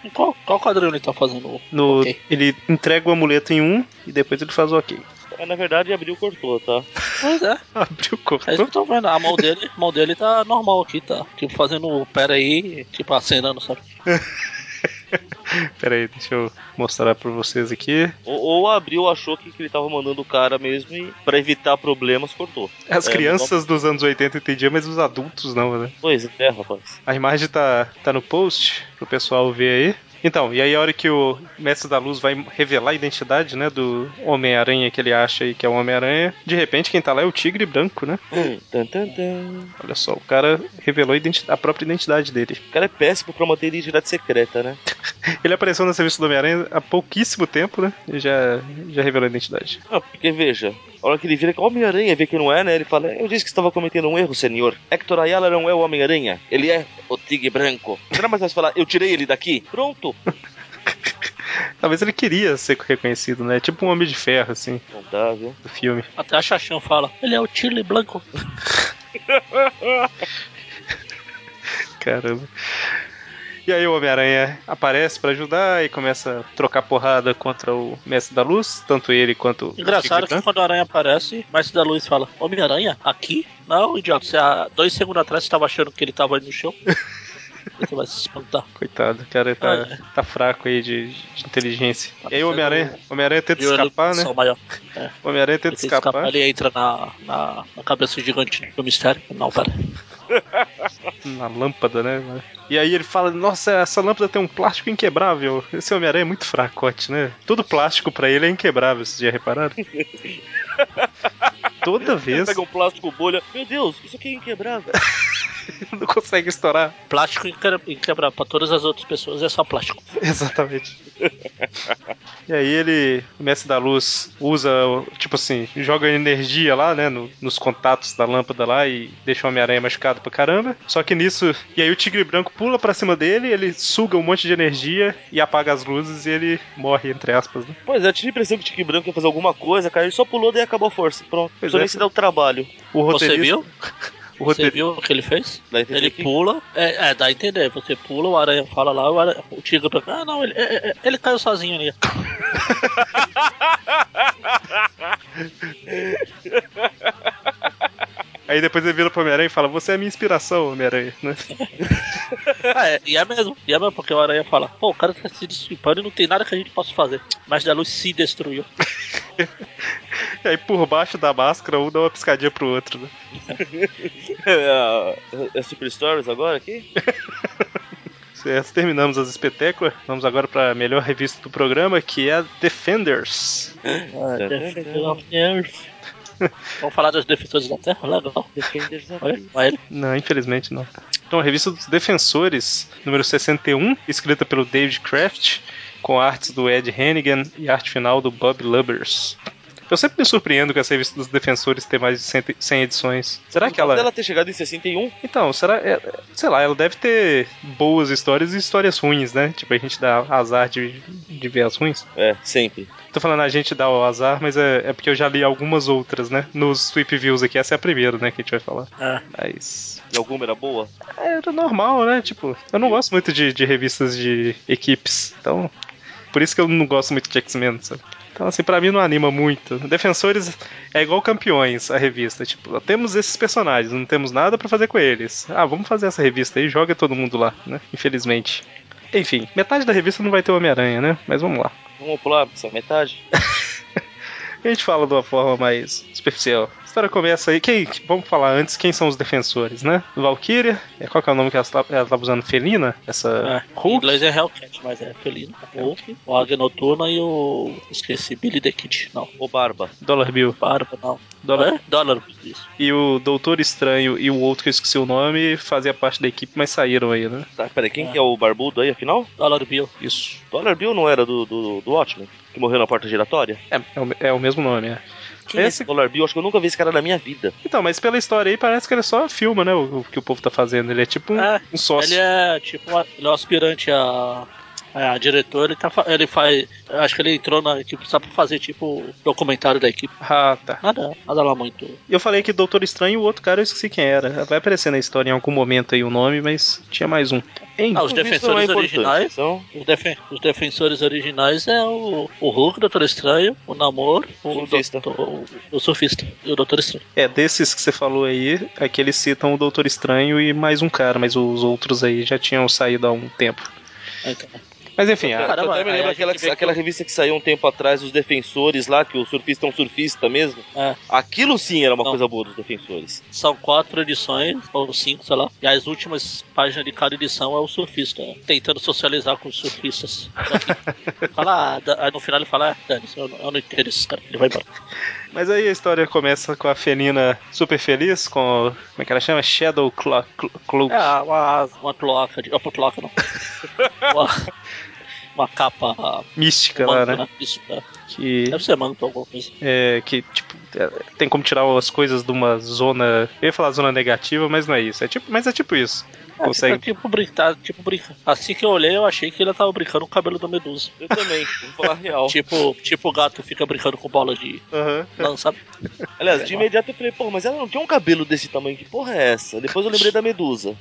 Em Qual, qual quadrinho ele tá fazendo?
No,
Ok.
Ele entrega o amuleto em um e depois ele faz o ok.
Mas É, na verdade abriu cortou, tá?
Pois é,
Abriu o
é isso que
corpo.
eu tô vendo. A mão dele, a mão dele tá normal aqui, tá? Tipo, fazendo o pera aí, tipo, acenando, sabe?
Pera aí, deixa eu mostrar pra vocês aqui.
Ou, ou abriu, achou que, que ele tava mandando o cara mesmo e pra evitar problemas cortou.
As
É,
crianças dos anos 80 entendiam, mas os adultos não, né?
Pois é, rapaz.
A imagem tá, tá no post pro pessoal ver aí. Então, e aí a hora que o Mestre da Luz vai revelar a identidade, né, do Homem-Aranha que ele acha aí que é o Homem-Aranha, de repente quem tá lá é o Tigre Branco, né?
Tan, tan, tan.
Olha só, o cara revelou a, identi- a própria identidade dele.
O cara é péssimo pra manter identidade secreta, né?
Ele apareceu na serviço do Homem-Aranha há pouquíssimo tempo, né? E já, já revelou a identidade.
Ah, porque veja, a hora que ele vira que é o Homem-Aranha, vê que não é, né? Ele fala, eu disse que estava cometendo um erro, senhor. Hector Ayala não é o Homem-Aranha, ele é o Tigre Branco. Será mais fácil falar, eu tirei ele daqui? Pronto.
Talvez ele queria ser reconhecido, né? Tipo um Homem de Ferro, assim,
Não dá, viu?
do filme.
Até a Chachão fala, ele é o Chile Blanco.
Caramba. E aí o Homem-Aranha aparece pra ajudar e começa a trocar porrada contra o Mestre da Luz, tanto ele quanto o
Engraçado
Tigre
que
Branco.
quando a aranha aparece, o mestre da luz fala: Homem-Aranha? Aqui? Não, idiota, você há dois segundos atrás você estava achando que ele estava no chão. Você vai se espantar.
Coitado, o cara tá,
Ah,
tá fraco aí de, de inteligência.
Tá
e aí o Homem-Aranha o Homem-Aranha tenta
Viu a
escapar, né?
iluminação Maior. É,
O Homem-Aranha tenta
Ele tenta
escapar.
escapar, ele entra na, na, na cabeça gigante do mistério. Não, pera.
na lâmpada, né? E aí ele fala: Nossa, essa lâmpada tem um plástico inquebrável. Esse Homem-Aranha é muito fracote, né? Todo plástico pra ele é inquebrável, vocês já repararam? Toda vez.
um, Pega um plástico bolha, meu Deus, isso aqui é inquebrável.
não consegue estourar.
Plástico e quebrar. Pra todas as outras pessoas é só plástico.
Exatamente. e aí ele, o mestre da luz, usa, tipo assim, joga energia lá, né, no- nos contatos da lâmpada lá e deixa o Homem-Aranha machucado pra caramba. Só que nisso, e aí o Tigre Branco pula pra cima dele, ele suga um monte de energia e apaga as luzes e ele morre, entre aspas, né?
Pois é, eu tive a impressão que o Tique Branco ia fazer alguma coisa, cara. Ele só pulou, daí acabou a força. Pronto.
Pois
Só
é.
nem se dá o trabalho.
O
Você
roteirista,
viu?
o
Você
roteirista
viu o que ele fez?
Dá a entender
Ele
que-
pula, é, é, dá a entender. Você pula, o aranha fala lá, o, aranha, o tigre pensa, ah não, ele, é, é, ele caiu sozinho ali.
Aí depois ele vira pro Homem-Aranha e fala: Você é a minha inspiração, Homem-Aranha, né?
Ah, é, e é mesmo, e é mesmo, porque o aranha fala, pô, o cara tá se dissipando e não tem nada que a gente possa fazer. Mas da luz se destruiu.
E aí por baixo da máscara, um dá uma piscadinha pro outro, né?
é, a- é Super Stories agora
É
aqui?
Certo, É, terminamos as espetáculas. Vamos agora pra melhor revista do programa, que é a Defenders. Ah,
Vamos falar dos defensores da Terra? Legal. Olha, é, olha ele.
Não, infelizmente não. Então, a revista dos Defensores, número 61, escrita pelo David Kraft, com artes do Ed Hennigan e arte final do Bob Lubbers. Eu sempre me surpreendo com essa revista dos Defensores ter mais de 100 te- 100 edições. Será que
Ela...
ela.
ela ter chegado em 61,
Então, será. é- é- Sei lá, ela deve ter boas histórias e histórias ruins, né? Tipo, a gente dá azar de, de ver as ruins.
é, sempre.
Tô falando a gente dá o azar, mas é, é porque eu já li algumas outras, né? Nos sweep views aqui, essa é a primeira, né? Que a gente vai falar.
Ah,
Mas. é,
E alguma era boa?
era normal, né? Tipo, eu não gosto muito de, de revistas de equipes, então. Por isso que eu não gosto muito de X-Men, sabe? Então, assim, pra mim não anima muito. Defensores é igual campeões, a revista. Tipo, temos esses personagens, não temos nada pra fazer com eles. Ah, vamos fazer essa revista aí, joga todo mundo lá, né? Infelizmente. Enfim, metade da revista não vai ter o Homem-Aranha, né? Mas vamos lá.
Vamos pular essa metade?
A gente fala de uma forma mais superficial. A história começa aí. Quem, vamos falar antes quem são os defensores, né? Valkyria. é, Qual que é o nome que ela estava usando? Felina? Essa.
é. Em
Ah, Hulk?
inglês é Hellcat, mas é felino. Hulk, o Águia Noturna e o. Esqueci, Billy the Kid. Não,
Ô, Barba.
Dollar Bill.
Barba, não.
Dollar-
É? Dólar, isso.
E o Doutor Estranho e o outro que eu esqueci o nome fazia parte da equipe, mas saíram aí, né?
Tá, peraí, quem que é o barbudo aí, afinal?
Dólar Bill.
Isso.
Dollar Bill não era do, do, do Watchmen? Que morreu na porta giratória?
É, é o, é o mesmo nome, é.
Quem é
Esse-
esse Dollar Bill? Acho que eu nunca vi esse cara na minha vida.
Então, mas pela história aí parece que ele só filma, né? O, o que o povo tá fazendo. Ele é tipo um,
É,
um sócio.
Ele é tipo um- ele é um aspirante a, a diretor, ele, tá, fa- ele faz. Acho que ele entrou na equipe só pra fazer tipo documentário da equipe.
Ah, tá.
Nada, nada lá muito.
E Eu falei que Doutor Estranho e o outro cara eu esqueci quem era. Vai aparecer na história em algum momento aí o nome, mas tinha mais um. Enfim.
Ah, os
Isso não
defensores
é importante,
originais?
Então,
Os, defen- os defensores originais é o, o Hulk, o Doutor Estranho, o Namor, o
Surfista.
Doutor- o surfista e o Doutor Estranho.
É, desses que você falou aí, é que eles citam o Doutor Estranho e mais um cara, mas os outros aí já tinham saído há um tempo.
Ah, Então,
Mas enfim,
Eu
a-
Caramba,
até
aí
me
a
lembro
gente
aquela,
vê que
aquela
o-
revista que saiu um tempo atrás, Os Defensores lá, que o surfista é um surfista mesmo.
é,
Aquilo sim era uma
Não.
coisa boa dos Defensores.
são quatro edições, ou cinco, sei lá. E as últimas páginas de cada edição é o surfista, né? tentando socializar com os surfistas. Só que fala, ah, da- aí no final ele fala, ah, dane eu, não- eu não entendo esses caras, ele vai embora.
mas aí a história começa com a Felina super feliz, com. Como é que ela chama? Shadow Clock. Cloak.
É, uma, uma cloaca, de, opa, cloaca não. uma, uma capa
mística lá, né?
Isso, né?
Que,
Deve ser manto alguma coisa.
é, que, tipo, é, tem como tirar as coisas de uma zona. Eu ia falar zona negativa, mas não é isso. É tipo, mas é tipo isso. Consegue.
É, tipo, tipo, brincar, tipo brincar. Assim que eu olhei, eu achei que ele tava brincando com o cabelo da medusa.
Eu também, vou falar a real.
Tipo, tipo o gato fica brincando com bola de
Aham.
lã, sabe?
Aliás, de imediato eu falei, pô, mas ela não tem um cabelo desse tamanho, que porra é essa? Depois eu lembrei da Medusa,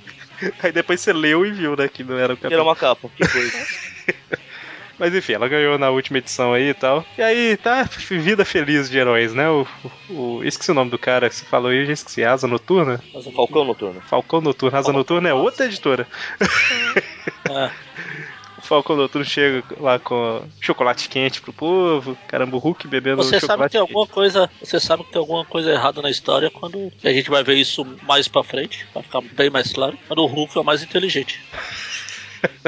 Aí depois você leu e viu, né? Que não era o
que
capítulo.
era uma capa, que coisa.
Mas enfim, ela ganhou na última edição aí e tal. E aí, tá vida feliz de heróis, né? O, o, o- esqueci o nome do cara que você falou aí, eu já esqueci. Asa Noturna?
Mas eu falo,
um Falcão Noturno.
Falcão Noturno. Asa Noturna é outra editora.
é,
O Falcão Noturno chega lá com chocolate quente pro povo. Caramba, o Hulk bebendo
você
chocolate
sabe que tem
quente.
alguma coisa. Você sabe que tem alguma coisa errada na história quando. e A gente vai ver isso mais pra frente, vai ficar bem mais claro. Quando o Hulk é o mais inteligente.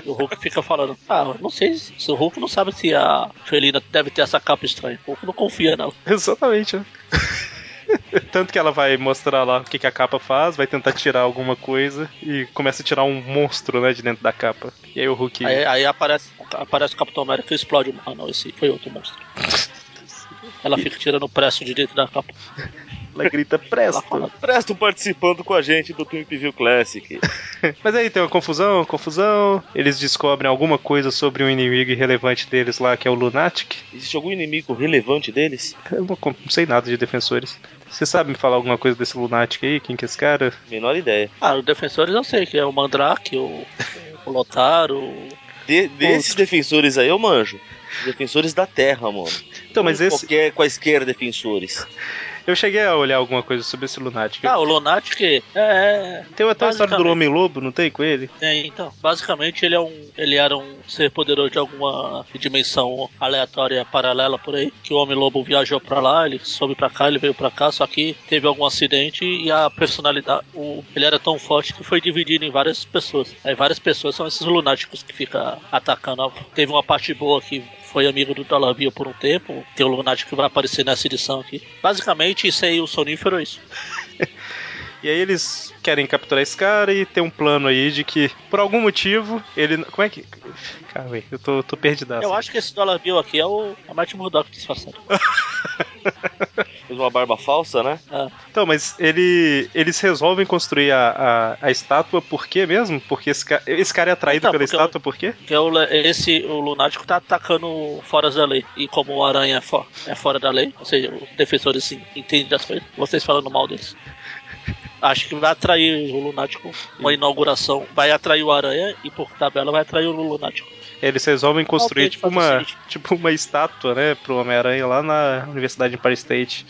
E o Hulk fica falando, ah, eu não sei se se o Hulk não sabe se a Felina deve ter essa capa estranha. O Hulk não confia nela.
Exatamente, né? Tanto que ela vai mostrar lá o que, que a capa faz, vai tentar tirar alguma coisa e começa a tirar um monstro, né, de dentro da capa. E aí o Hulk.
Aí, é- aí aparece, aparece o Capitão América e explode. Ah, não, esse foi outro monstro. Ela fica tirando o preço de dentro da capa.
Ela grita,
Ela
presta!
fala,
Presto participando com a gente do Twin View Classic.
Mas aí tem uma confusão, confusão. Eles descobrem alguma coisa sobre um inimigo irrelevante deles lá, que é o Lunatic.
Existe algum inimigo relevante deles?
Eu não, com- não sei nada de defensores. Você sabe me falar alguma coisa desse Lunatic aí? Quem que é esse cara?
Menor ideia.
Ah, os defensores eu sei que é o Mandrake, o, o Lotaro.
De- desses defensores aí eu manjo. Defensores da Terra, mano.
Então,
Um
mas
Não
esse.
Qualquer, quaisquer defensores.
Eu cheguei a olhar alguma coisa sobre esse Lunatic.
Ah, o Lunatic é. é
Tem até a história do
basicamente.
Homem-Lobo, não tem com ele?
É, então, basicamente ele é um, ele era um ser poderoso de alguma dimensão aleatória paralela por aí, que o Homem-Lobo viajou pra lá, ele soube pra cá, ele veio pra cá, só que teve algum acidente e a personalidade, o, ele era tão forte que foi dividido em várias pessoas. Aí várias pessoas são esses lunáticos que ficam atacando. Teve uma parte boa que foi amigo do Dollar Bill por um tempo, tem o lunático que vai aparecer nessa edição aqui. Basicamente isso aí, o sonífero é isso.
E aí eles querem capturar esse cara e tem um plano aí de que, por algum motivo, ele. Como é que. Cara, eu tô, tô perdidaço.
Eu acho que esse Dollar Bill aqui é o, é o Matt Murdock disfarçado.
Fez uma barba falsa, né?
É.
Então, mas ele, eles resolvem construir a, a, a estátua por quê mesmo? Porque esse, ca- esse cara é atraído
Então,
pela
porque
estátua por quê?
Que é o, le- esse, o Lunático tá atacando fora da lei. E como o Aranha é, fo- é fora da lei, ou seja, os defensores sim, entendem das coisas, vocês falando mal deles. Acho que vai atrair o Lunático uma inauguração. Vai atrair o Aranha e por tabela vai atrair o Lunático.
Eles resolvem construir
Talvez
tipo,
faça o
uma,
seguinte.
tipo uma estátua, né, pro Homem-Aranha lá na Universidade de Empire State.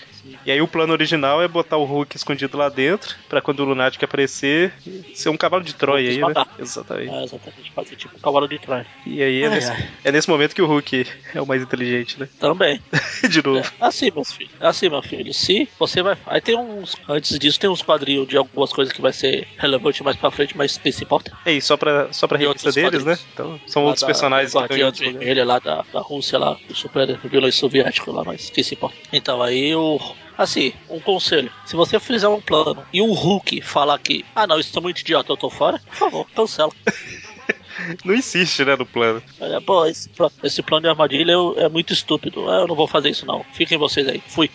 E aí o plano original é botar o Hulk escondido lá dentro, pra quando o Lunatic aparecer, ser um cavalo de Troia aí, né?
matar.
Exatamente.
É, exatamente, fazer tipo o cavalo de Troia.
E aí é
Ai,
nesse,
ai.
é nesse momento que o Hulk é o mais inteligente, né?
Também.
De novo.
É, Assim, meus filhos. é Assim, meu filho. Se você vai. Aí tem uns. Antes disso, tem uns quadrinhos de algumas coisas que vai ser relevante mais pra frente, mas quem se importa?
É isso, só pra, só pra
E
revista
outros
deles, né?
quadrinhos.
Então, são
Lá
outros
da-
personagens que
do
estão em outros
Guardiões
lugares.
Vermelhos lá da, da Rússia, lá, do super vilões soviético lá, mas que se importa. Então aí eu. Assim, um conselho. Se você fizer um plano e um Hulk falar que, ah não, isso é muito idiota, eu tô fora, por favor, cancela.
Não insiste, né, no plano.
É, Pô, esse, pla- esse plano de armadilha eu- é muito estúpido. Ah, eu não vou fazer isso não. Fiquem vocês aí. Fui.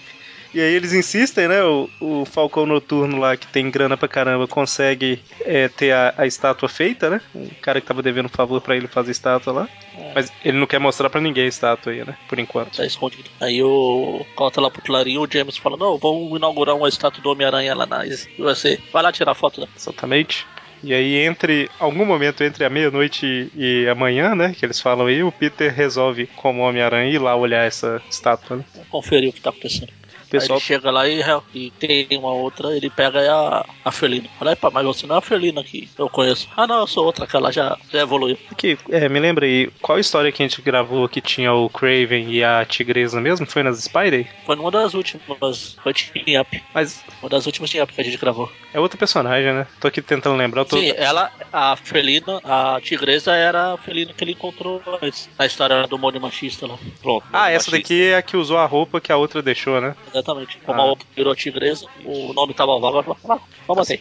E aí eles insistem, né? O, o Falcão Noturno lá, que tem grana pra caramba, consegue é, ter a, a estátua feita, né? Um cara que tava devendo um favor pra ele fazer a estátua lá.
É.
Mas ele não quer mostrar pra ninguém a estátua aí, né? Por enquanto.
Tá escondido. Aí o. Cota lá pro Clarinho, o James fala, não, vamos inaugurar uma estátua do Homem-Aranha lá na USA. Vai lá tirar foto, né?
Exatamente. E aí, entre algum momento entre a meia-noite e e amanhã, né? Que eles falam aí, o Peter resolve, como Homem-Aranha, ir lá olhar essa estátua. Né?
conferir o que tá acontecendo.
Pessoal-
Aí ele chega lá e, re- e tem uma outra, ele pega a, a felina. Fala, "Epa, mas você não é a felina que eu conheço. Ah não, eu sou outra, que ela já, já evoluiu.
Aqui, é, me lembra aí, qual história que a gente gravou que tinha o Craven e a tigresa mesmo? Foi nas Spider?
Foi numa das últimas, foi Team Up.
Mas
Uma das últimas Team Up que a gente gravou.
é outro personagem, né? Tô aqui tentando lembrar. eu Tô...
Sim, é ela, a felina, a tigresa era a felina que ele encontrou antes. Na história do Mônio Machista lá.
Pronto.
Ah, essa
um machista.
daqui é a que usou a roupa que a outra deixou, né?
Exatamente. Como
Ah.
a outra virou tigresa, o nome tava vago, ela falou, "Ah, vamos assim.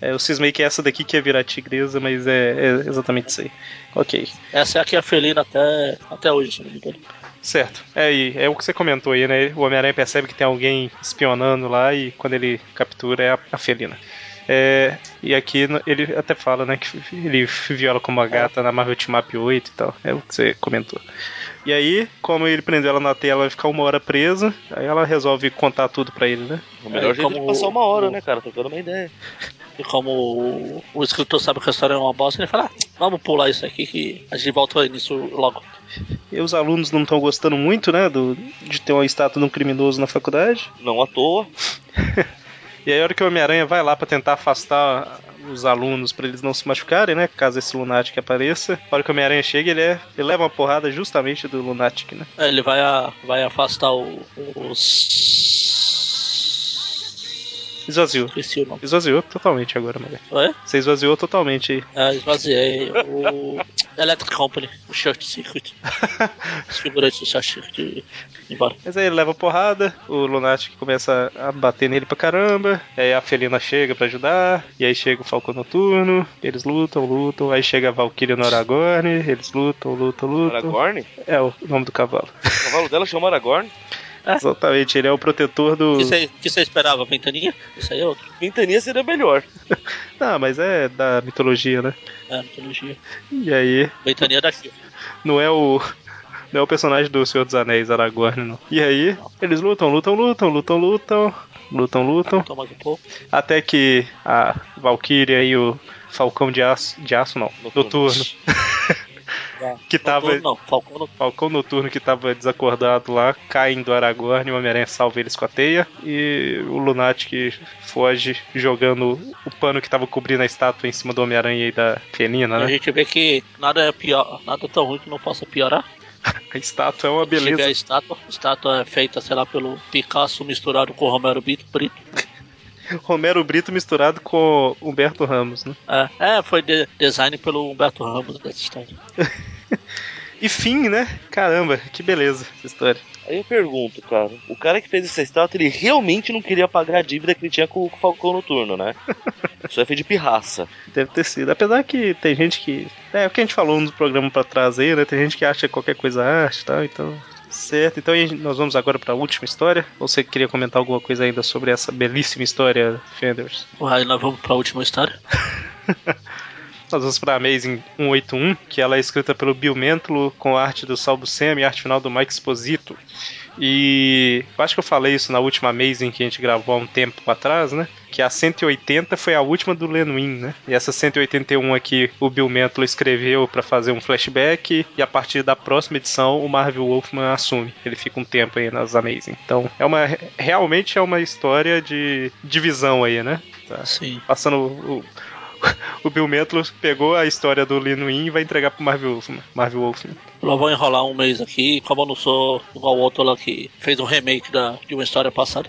É, eu cismei que é essa daqui que ia virar tigresa, mas é, é exatamente isso aí. Ok,
Essa é a que é a felina até, até hoje, se não me engano.
certo. É, e é o que você comentou aí, né? O Homem-Aranha percebe que tem alguém espionando lá e quando ele captura é a, a felina. É, e aqui no- ele até fala, né, que ele viu ela como uma gata na Marvel Team Up 8 e tal. É o que você comentou. E aí, como ele prendeu ela na tela, ela vai ficar uma hora presa, aí ela resolve contar tudo pra ele, né?
O melhor
É,
jeito de
como
passar uma hora,
o-
né, cara? Trocando uma ideia.
E como o, o escritor sabe que a história é uma bosta, ele fala, ah, vamos pular isso aqui que a gente volta nisso logo.
E os alunos não estão gostando muito, né, do, de ter uma estátua de um criminoso na faculdade.
Não à toa.
E aí, a hora que o Homem-Aranha vai lá pra tentar afastar os alunos pra eles não se machucarem, né, caso esse Lunatic apareça. A hora que o Homem-Aranha chega, ele, é, ele leva uma porrada justamente do Lunatic, né.
Aí É, ele vai, a- vai afastar o- os.
Esvaziou.
Esqueci o nome.
Esvaziou totalmente agora, Magali.
Oi?
Você esvaziou totalmente aí.
Ah, esvaziei. O Electric Company, o Short Circuit. Os figurantes do Short Circuit embora.
Mas aí ele leva porrada, o Lunatic começa a bater nele pra caramba, e aí a Felina chega pra ajudar, e aí chega o Falcão Noturno, eles lutam, lutam, aí chega a Valkyria no Aragorn, eles lutam, lutam, lutam.
Aragorn?
É o nome do cavalo.
O cavalo dela chama Aragorn?
Exatamente, ele é o protetor do.
Isso aí, O que você esperava, Ventaninha? Isso aí é outro.
Ventania seria melhor.
Ah, mas é da mitologia, né?
É, mitologia.
E aí,
Ventania é daqui.
não é o. Não é o personagem do Senhor dos Anéis, Aragorn, não. E aí, eles lutam, lutam, lutam, lutam, lutam, lutam, lutam.
Toma mais um pouco.
Até que a Valkyria e o Falcão de Aço. De Aço não,
Noturno.
Noturno. Que tava-
Falcão Não, Falcão não.
Falcão Noturno que tava desacordado lá, caem do Aragorn, o Homem-Aranha salva eles com a teia. E o Lunatic foge jogando o pano que tava cobrindo a estátua em cima do Homem-Aranha e da Felina,
E a
né?
gente vê que nada é pior, nada é tão ruim que não possa piorar.
A estátua é uma
Se tiver a
beleza.
estátua, a estátua é feita, sei lá, pelo Picasso misturado com o Romero Brito. Brito.
Romero Brito misturado com Humberto Ramos, né?
É, é, foi de- design pelo Humberto Ramos dessa história.
E fim, né? Caramba, que beleza essa história.
Aí eu pergunto, cara, o cara que fez essa estátua, ele realmente não queria pagar a dívida que ele tinha com o Falcão Noturno, né? Isso é feito de pirraça.
Deve ter sido. Apesar que tem gente que. É o que a gente falou no programa pra trás aí, né? Tem gente que acha qualquer coisa arte e tal, então. Certo, então e nós vamos agora pra última história. Ou Você queria comentar alguma coisa ainda sobre essa belíssima história, Fenders?
Aí nós vamos pra última história.
Nós vamos pra Amazing 181, que ela é escrita pelo Bill Mentulo, com arte do Sal Buscema e arte final do Mike Esposito. E eu acho que eu falei isso na última Amazing que a gente gravou há um tempo atrás, né? Que a 180 foi a última do Lenuin, né? E essa 181 aqui o Bill Mentulo escreveu pra fazer um flashback e a partir da próxima edição o Marvel Wolfman assume. Ele fica um tempo aí nas Amazing. Então, é uma realmente é uma história de divisão aí, né? Tá
Sim.
passando o, o- o Bill Metlos pegou a história do Linuin e vai entregar pro Marvel Wolfman. Marvel né? Wolfman.
Nós vamos enrolar um mês aqui, como eu não sou igual o outro lá que fez um remake da, de uma história passada.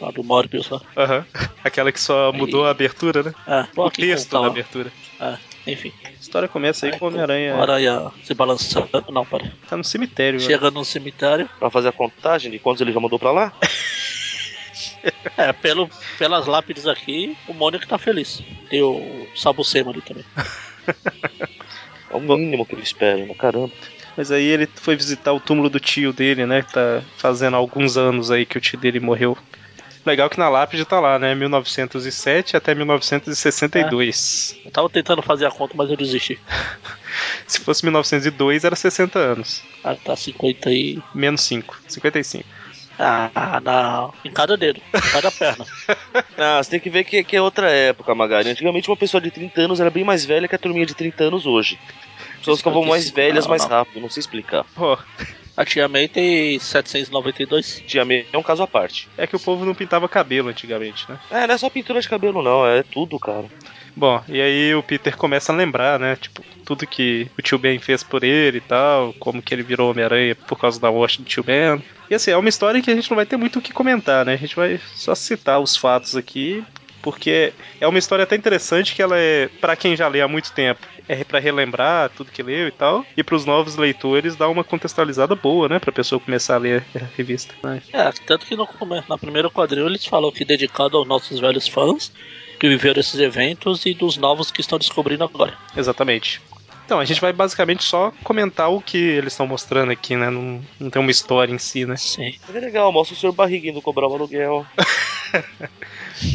Lá do Morbius lá.
Aham. Aquela que só mudou a abertura, né?
É, vou
O
aqui
texto
contar,
da
ó.
abertura.
É, enfim.
A história começa aí com o
Uma
Homem-Aranha.
aranha se balançando. Não, pera.
Tá no cemitério. né?
Chega num cemitério.
Pra fazer a contagem de quantos ele já mandou pra lá?
É, pelo, pelas lápides aqui, o Mônica tá feliz. Tem o Sabucema ali também.
É o mínimo que ele espera, né? Caramba.
Mas aí ele foi visitar o túmulo do tio dele, né? Que tá fazendo alguns anos aí que o tio dele morreu. Legal que na lápide tá lá, né? 1907 até 1962.
Eu tava tentando fazer a conta, mas eu desisti.
Se fosse 1902, era 60 anos.
Ah, tá 50 e.
Menos 5. 55.
Ah, não. Em cada dedo, em cada perna.
Ah, você tem que ver que, que é outra época, Magari. Antigamente uma pessoa de 30 anos era bem mais velha que a turminha de 30 anos hoje. As pessoas ficavam mais velhas
Não,
mais
não.
rápido, não sei explicar.
Ó,
A tia May tem 792.
Tia May é um caso à parte.
é que o povo não pintava cabelo antigamente, né?
É, não é só pintura de cabelo, não, é tudo, cara.
Bom, e aí o Peter começa a lembrar, né? Tipo, tudo que o tio Ben fez por ele e tal, como que ele virou Homem-Aranha por causa da morte do tio Ben. E assim, é uma história que a gente não vai ter muito o que comentar, né? A gente vai só citar os fatos aqui, porque é uma história até interessante que ela é, pra quem já lê há muito tempo, é pra relembrar tudo que leu e tal, e pros novos leitores dá uma contextualizada boa, né? Pra pessoa começar a ler a revista. né?
É, tanto que no, come- na primeira quadrinha eles falam que é dedicado aos nossos velhos fãs que viveram esses eventos e dos novos que estão descobrindo agora.
Exatamente. Então, a gente vai basicamente só comentar o que eles estão mostrando aqui, né? Não, não tem uma história em si, né?
Sim.
Mas é legal, mostra o senhor barriguinho do cobrar o aluguel.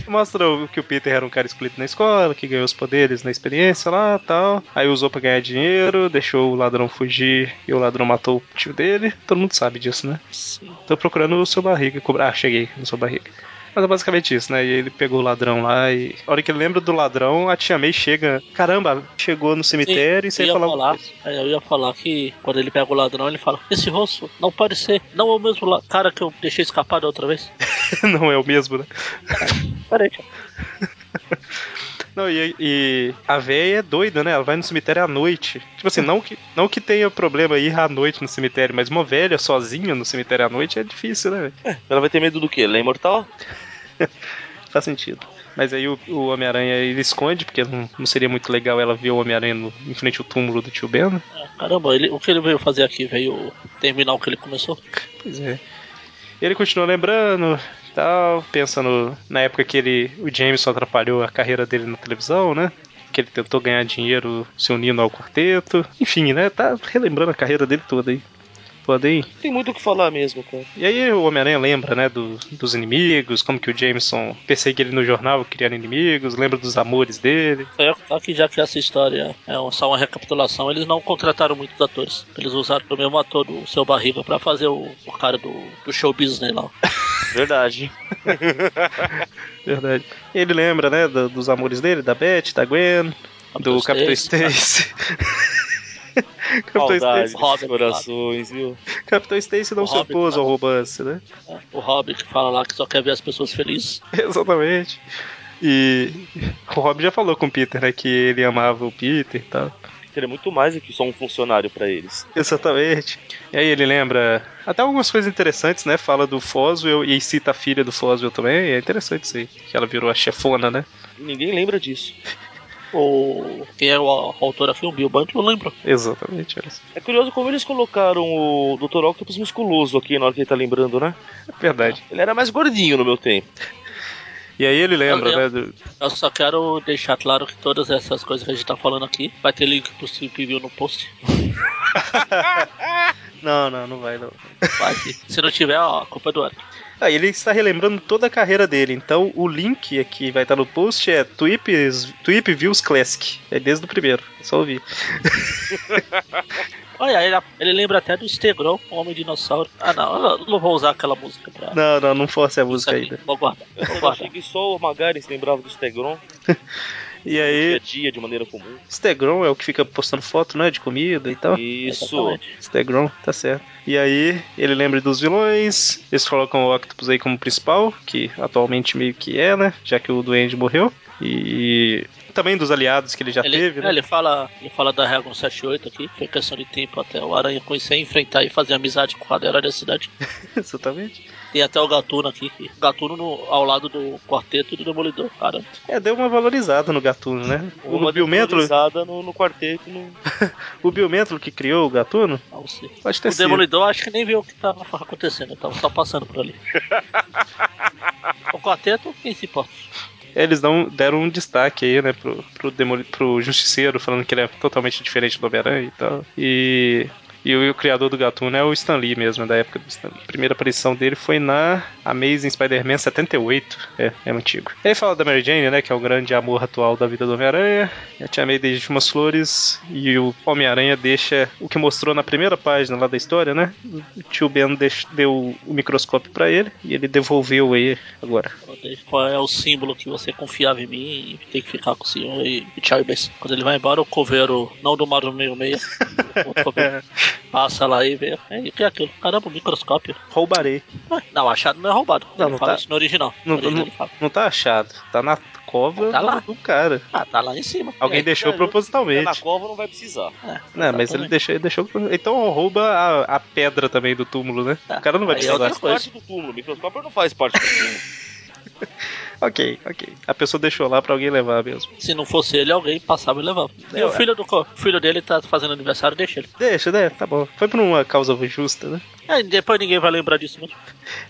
Mostra o- que o Peter era um cara excluído na escola, que ganhou os poderes na experiência lá tal. Aí usou pra ganhar dinheiro, deixou o ladrão fugir e o ladrão matou o tio dele. Todo mundo sabe disso, né?
Sim.
Tô procurando o seu barriga. cobrar. Ah, cheguei no seu barriga. Mas é basicamente isso, né? E ele pegou o ladrão lá e. A hora que ele lembra do ladrão, a tia May chega. Caramba, chegou no cemitério e
eu
sem
ia
falar.
falar, é, eu ia falar que quando ele pega o ladrão, ele fala: Esse rosto não pode ser, não é o mesmo la- cara que eu deixei escapar da outra vez.
Não é o mesmo, né?
Peraí, tia.
Não, e, e a véia é doida, né? Ela vai no cemitério à noite. Tipo assim, não que, não que tenha problema ir à noite no cemitério, mas uma velha sozinha no cemitério à noite é difícil, né? velho?
Ela vai ter medo do quê? Ela é imortal?
faz sentido. Mas aí o, o Homem-Aranha ele esconde, porque não, não seria muito legal ela ver o Homem-Aranha no- em frente ao túmulo do tio Ben, né?
Caramba, ele- o que ele veio fazer aqui? Veio terminar o que ele começou?
Pois é. Ele continuou lembrando, tal, pensando na época que ele, o Jameson atrapalhou a carreira dele na televisão, né? Que ele tentou ganhar dinheiro se unindo ao quarteto. Enfim, né? Tá relembrando a carreira dele toda aí. Toda aí.
Tem muito o que falar mesmo, cara.
E aí o Homem-Aranha lembra, né, do- dos inimigos, como que o Jameson perseguia ele no jornal criando inimigos, lembra dos amores dele.
Só ia contar que já que essa história é um- só uma recapitulação, eles não contrataram muitos atores. Eles usaram o mesmo ator, o seu barriga, pra fazer o, o cara do, do show business lá.
Verdade.
Verdade. Ele lembra, né, do- dos amores dele, da Beth, da Gwen,
Capitão
do Capitão
Stacy,
Stacy. Capitão
Saudade
Stacy.
dos
Robert,
corações, viu?
Capitão Stacy não
O
se
Hobbit,
opôs ao
tá?
romance, né?
né? O Hobbit que fala lá que só quer ver as pessoas felizes.
Exatamente. E o Rob já falou com o Peter, né? Que ele amava o Peter e tal.
Peter é muito mais do que só um funcionário pra eles.
Exatamente. E aí ele lembra até algumas coisas interessantes, né? Fala do Foswell e cita a filha do Foswell também. É interessante isso aí. Que ela virou a chefona, né?
E ninguém lembra disso.
O, quem é o, au- autor aqui, o Bill Bunch, eu lembro.
Exatamente. olha só.
É curioso como eles colocaram o Dr. Octopus musculoso aqui na hora que ele tá lembrando, né?
É Verdade.
Ele era mais gordinho no meu tempo.
E aí ele lembra,
Eu
né? do-
Eu só quero deixar claro que todas essas coisas que a gente tá falando aqui vai ter link pro Sleep View no post.
Não, não, não vai não.
Vai que- Se não tiver, ó, a culpa é do Eric.
Ah, ele está relembrando toda a carreira dele. Então o link aqui vai estar no post é Tweeps, Tweep Views Classic. É desde o primeiro. É só ouvir.
Olha, ele, ele lembra até do Stegrão, o Homem Dinossauro. Ah, não, eu não vou usar aquela música pra.
Não, não, não force a música
Isso
ainda.
aqui, Vou guardar.
Eu
Vou
só
guardar.
achei que só o Magaren se lembrava do Stegron
E
dia a
aí,
dia, de maneira comum.
Stegron é o que fica postando foto, né? De comida e tal.
Isso.
Exatamente.
Stegron, tá certo. E aí, ele lembra dos vilões. Eles colocam o Octopus aí como principal, que atualmente meio que é, né? Já que o Duende morreu. E também dos aliados que ele já
Ele,
teve,
é,
né?
ele fala, ele fala da regra 178 aqui, foi questão de tempo até o Aranha conhecer, enfrentar e fazer amizade com cada herói da cidade.
Exatamente.
Tem até o Gatuno aqui, que- Gatuno no- ao lado do quarteto e do Demolidor, cara.
É, deu uma valorizada no Gatuno, né? O
Uma
Bill Mantlo,
desvalorizada no, no quarteto. No...
o Bill Mantlo que criou o Gatuno,
Não sei.
pode ter
O
sido.
Demolidor acho que nem viu o que tava acontecendo, tava só passando por ali. o quarteto, quem se importa?
Eles dão, deram um destaque aí, né, pro, pro, Demoli- pro Justiceiro, falando que ele é totalmente diferente do Homem-Aranha e tal. E, e o, e o criador do Gatuno é o Stan Lee mesmo, da época do Stan Lee. A primeira aparição dele foi na Amazing Spider-Man 78. É, é antigo. Ele fala da Mary Jane, né, que é o grande amor atual da vida do Homem-Aranha. A Tia May deixa umas flores e o Homem-Aranha deixa o que mostrou na primeira página lá da história, né? O tio Ben deix- deu o microscópio pra ele e ele devolveu aí agora.
Qual é o símbolo que você confiava em mim e tem que ficar com o senhor e, e tchau e benção. Quando ele vai embora, o coveiro, não do Mario meio meia, o coveiro passa lá e vê. É, o que é aquilo? Caramba, um microscópio.
Roubarei.
Ué, Não, achado não é roubado.
Não,
Não, ele
não
fala
tá.
isso no original.
Não,
No original
não-
ele fala.
Não tá achado, tá na cova
Tá lá.
do cara.
Ah, tá lá em cima. É,
Alguém
É,
deixou
cara,
propositalmente.
Na cova não vai precisar.
Não, mas ele
Exatamente.
deixou, ele deixou. Então rouba a, a pedra também do túmulo, né?
Tá.
O cara não vai
Aí é outra
precisar.
Faz
Outra coisa.
parte do túmulo. O microscópio não faz parte do túmulo.
Ok, ok. A pessoa deixou lá pra alguém levar mesmo.
Se não fosse ele, alguém passava e levava. E
Não,
o filho, do, co- o filho dele tá fazendo aniversário, deixa ele.
Deixa, né? Tá bom. Foi por uma causa justa, né?
É, depois ninguém vai lembrar disso né? mesmo.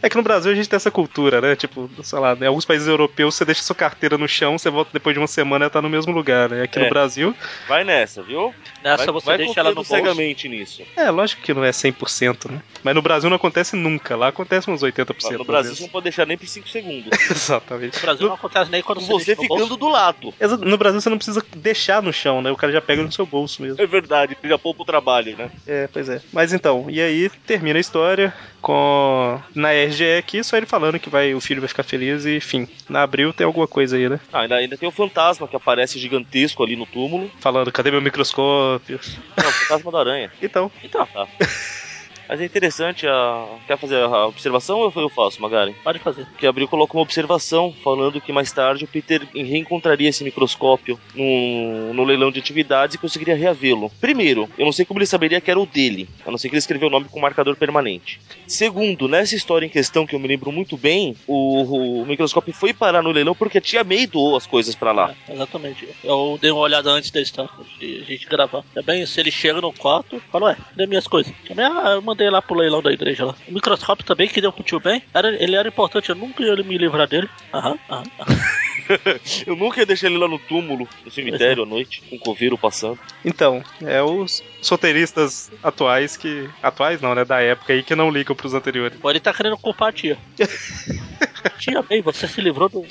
É que no Brasil a gente tem essa cultura, né? Tipo, sei lá, em alguns países europeus você deixa sua carteira no chão, você volta depois de uma semana e ela tá no mesmo lugar, né? Aqui
É.
no Brasil,
Vai nessa, viu?
Nessa
vai
Tá, você
vai
deixa ela no
confiando
bolso.
cegamente nisso.
é lógico que não é 100%, né? Mas no Brasil não acontece nunca, lá acontece uns 80%.
Mas no
às
Brasil
vezes.
você não pode deixar nem por 5 segundos.
Exatamente.
No Brasil não acontece nem quando
Com
você, tá
você
deixa no bolso.
ficando do lado.
Exa- No Brasil você não precisa deixar no chão, né? O cara já pega no seu bolso mesmo.
É verdade, já poupa o trabalho, né?
É, pois é. Mas então, e aí termina a história com na RGE aqui, só ele falando que vai, o filho vai ficar feliz e enfim. Na abril tem alguma coisa aí, né?
Ah, ainda, ainda tem o fantasma que aparece gigantesco ali no túmulo.
Falando, cadê meu microscópio?
Não, o fantasma da aranha.
Então,
Então, tá. Mas é interessante, a... quer fazer a observação ou eu faço, Magari?
Pode fazer.
Que abriu colocou uma observação falando que mais tarde o Peter reencontraria esse microscópio no, no leilão de atividades e conseguiria reavê-lo. Primeiro, eu não sei como ele saberia que era o dele, a não ser que ele escreveu o nome com marcador permanente. Segundo, nessa história em questão que eu me lembro muito bem, o, o microscópio foi parar no leilão porque a tia May doou as coisas pra lá.
É, exatamente. Eu dei uma olhada antes da história, de a gente gravar. Também, se ele chega no quarto, fala, ué, dê minhas coisas. Também, ah, eu mandei lá pro leilão da igreja lá. O microscópio também, que deu com o tio Ben, era, ele era importante, eu nunca ia me livrar dele. Aham, aham. aham.
eu nunca ia deixar ele lá no túmulo, no cemitério à noite, com o coveiro passando.
Então, é os roteiristas atuais que. Atuais não, né? Da época aí que não ligam pros anteriores.
Pô, ele tá querendo culpar a tia. tia May, você se livrou do...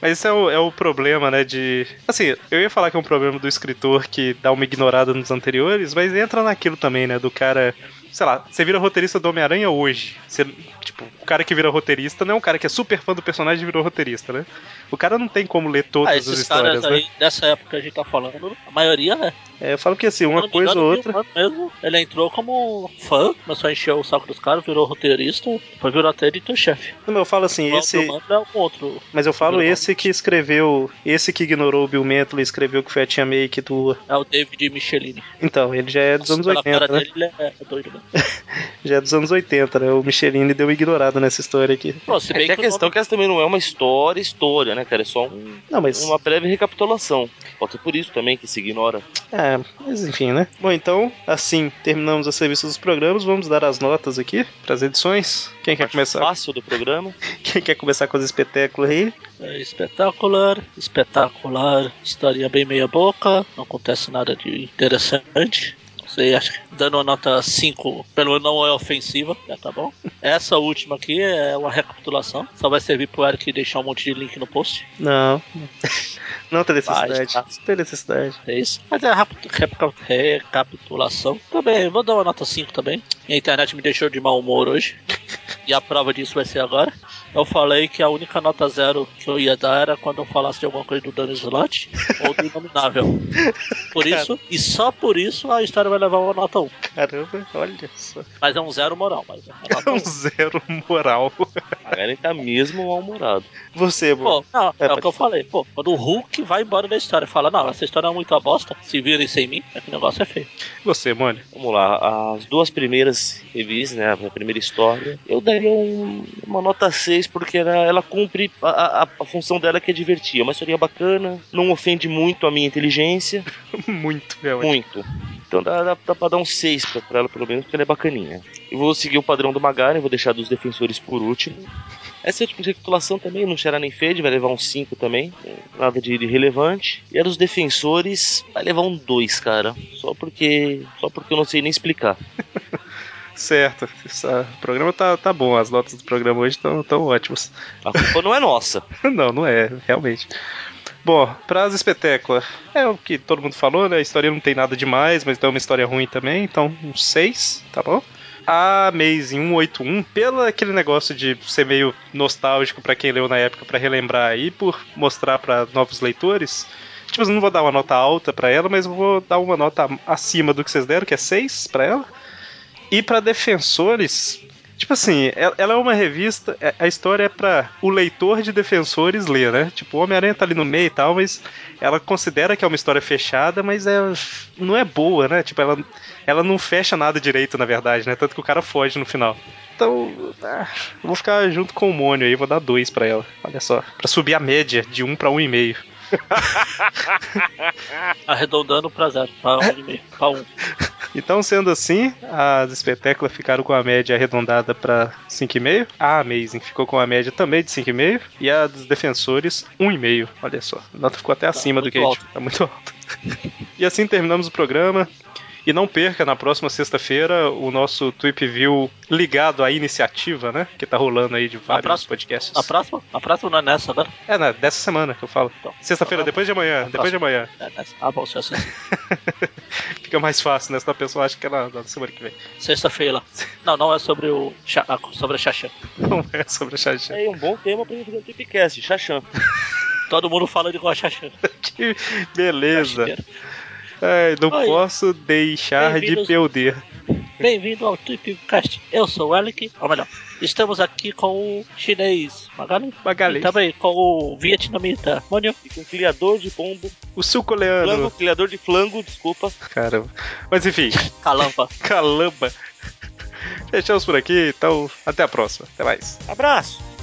Mas isso é o, é o problema, né? De. Assim, eu ia falar que é um problema do escritor que dá uma ignorada nos anteriores, mas entra naquilo também, né? Do cara. Sei lá, você vira roteirista do Homem-Aranha hoje. Você, tipo, o cara que vira roteirista não é um cara que é super fã do personagem e virou roteirista, né? O cara não tem como ler todas
Ah,
as
esses
histórias,
caras
né?
aí, dessa época que a gente tá falando, a maioria, né?
É, eu falo que assim, uma
Não,
coisa
ligado,
ou
viu,
outra.
mano, Mesmo, ele entrou como fã, começou a encher o saco dos caras, virou roteirista, foi virou até editor-chefe.
Não, eu falo assim,
O
esse.
Aldo Manda é um outro.
Mas eu falo
Bruno.
esse que escreveu. Esse que ignorou o Bill Mantle e escreveu que foi a Tia May que doa.
É o David Michelini.
Então, ele já é dos anos
Pela
80,
cara
né?
dele, ele é é doido, né?
Já é dos anos 80, né? O Michelini deu ignorado nessa história aqui.
Pô, se
É
bem
que a
o
questão é
nome-
que essa também não é uma história, história, né, cara? É só um-
Não, mas.
uma breve recapitulação. Pode ser por isso também que se ignora.
É, mas enfim, né? Bom, então, assim terminamos a serviço dos programas. Vamos dar as notas aqui pras edições. Quem quer começar?
Fácil do programa.
Quem quer começar com as espetáculos aí?
É espetacular, espetacular, estaria bem meia boca, não acontece nada de interessante. Não Sei, acho que dando uma nota 5, pelo menos não é ofensiva, já tá bom. Essa última aqui é uma recapitulação, só vai servir pro Eric deixar um monte de link no post.
Não. Não tem necessidade.
tá.
Não tem necessidade.
É isso. Mas é rap- reca- recapitulação. Também, vou dar uma nota 5 também. A internet me deixou de mau humor hoje. E a prova disso vai ser agora. Eu falei que a única nota zero que eu ia dar era quando eu falasse de alguma coisa do Dano Slot ou do Inominável. Por isso, e só por isso, a história vai levar uma nota 1.
Caramba, olha só.
Mas é um zero moral. Mas é uma
É
nota
um
1.
zero moral.
A galera tá mesmo mal-humorado.
Você, amor.
Pô, não,
É,
é, o
pode-
que eu falei. Pô, quando o Hulk vai embora da história, fala: Não, essa história é muito bosta. Se virem sem mim, é que o negócio é feio.
Você, Mônica.
Vamos lá, as duas primeiras revistas, né, a primeira história, eu daria um- uma nota 6, porque ela, ela cumpre a, a- a função dela que é divertir. É uma história bacana, não ofende muito a minha inteligência,
Muito, meu.
muito. Então dá, dá, dá pra dar um 6 pra, pra ela, pelo menos, porque ela é bacaninha. Eu vou seguir o padrão do Magari, vou deixar dos defensores por último. Essa última recapitulação também, não cheira nem fade, vai levar um 5 também. Nada de de relevante. E a dos defensores vai levar um 2, cara. Só porque. Só porque eu não sei nem explicar.
Certo. Essa- o programa tá, tá bom. As notas do programa hoje estão tão ótimas.
A culpa não é nossa.
Não, não é, realmente. Bom, pras espetáculas, é o que todo mundo falou, né? A história não tem nada demais, mas é uma história ruim também, então um 6, tá bom? A Amazing 181, pelo aquele negócio de ser meio nostálgico pra quem leu na época pra relembrar e por mostrar pra novos leitores, tipo, eu não vou dar uma nota alta pra ela, mas eu vou dar uma nota acima do que vocês deram, que é 6 pra ela. E pra Defensores, Tipo assim, e- ela é uma revista. é- A história é pra o leitor de defensores ler, né? Tipo, o Homem-Aranha tá ali no meio e tal, mas ela considera que é uma história fechada, mas é, não é boa, né? Tipo, ela, ela não fecha nada direito, na verdade, né? Tanto que o cara foge no final. Então, ah, eu vou ficar junto com o Mônio aí, vou dar dois pra ela. Olha só, pra subir a média de um pra um e meio.
Arredondando pra zero, pra
É.
um e meio, pra um.
Então, sendo assim, as espetáculas ficaram com a média arredondada para 5,5. A Amazing ficou com a média também de 5,5. E a dos defensores, 1,5. Olha só, a nota ficou até acima do
muito
que a gente. Tá muito alto. e assim terminamos o programa. E não perca na próxima sexta-feira o nosso Tweep View ligado à iniciativa, né? Que tá rolando aí de vários
próxima-
podcasts.
A próxima? A próxima não é nessa agora?
É, na, dessa semana que eu falo.
Então,
Sexta-feira,
tá.
depois de amanhã. Depois de amanhã.
É nessa. Ah, bom, sexta-
Fica mais fácil, né? Senão a pessoa acha que é na, na semana que vem.
sexta-feira. Não, não é sobre o. Xa- ah, sobre a Xaxã.
Não é sobre a Xaxi.
É um bom tema pra gente fazer um tipcast, Xaxã.
Todo mundo fala de igual a Xaxã.
Que beleza.
Xaxã.
Ai, não
é. Oi.
posso deixar de
Bem-vindos.
perder.
Bem-vindo ao Tripcast. Eu sou o Alec, ou melhor, estamos aqui com o chinês Magali.
Magali.
E também com o vietnamita Mônio.
E com um criador de pombo,
O sul-coreano.
flango, criador de flango, desculpa.
Caramba. Mas enfim,
Calamba.
calamba. Fechamos por aqui, então até a próxima. Até mais.
Abraço!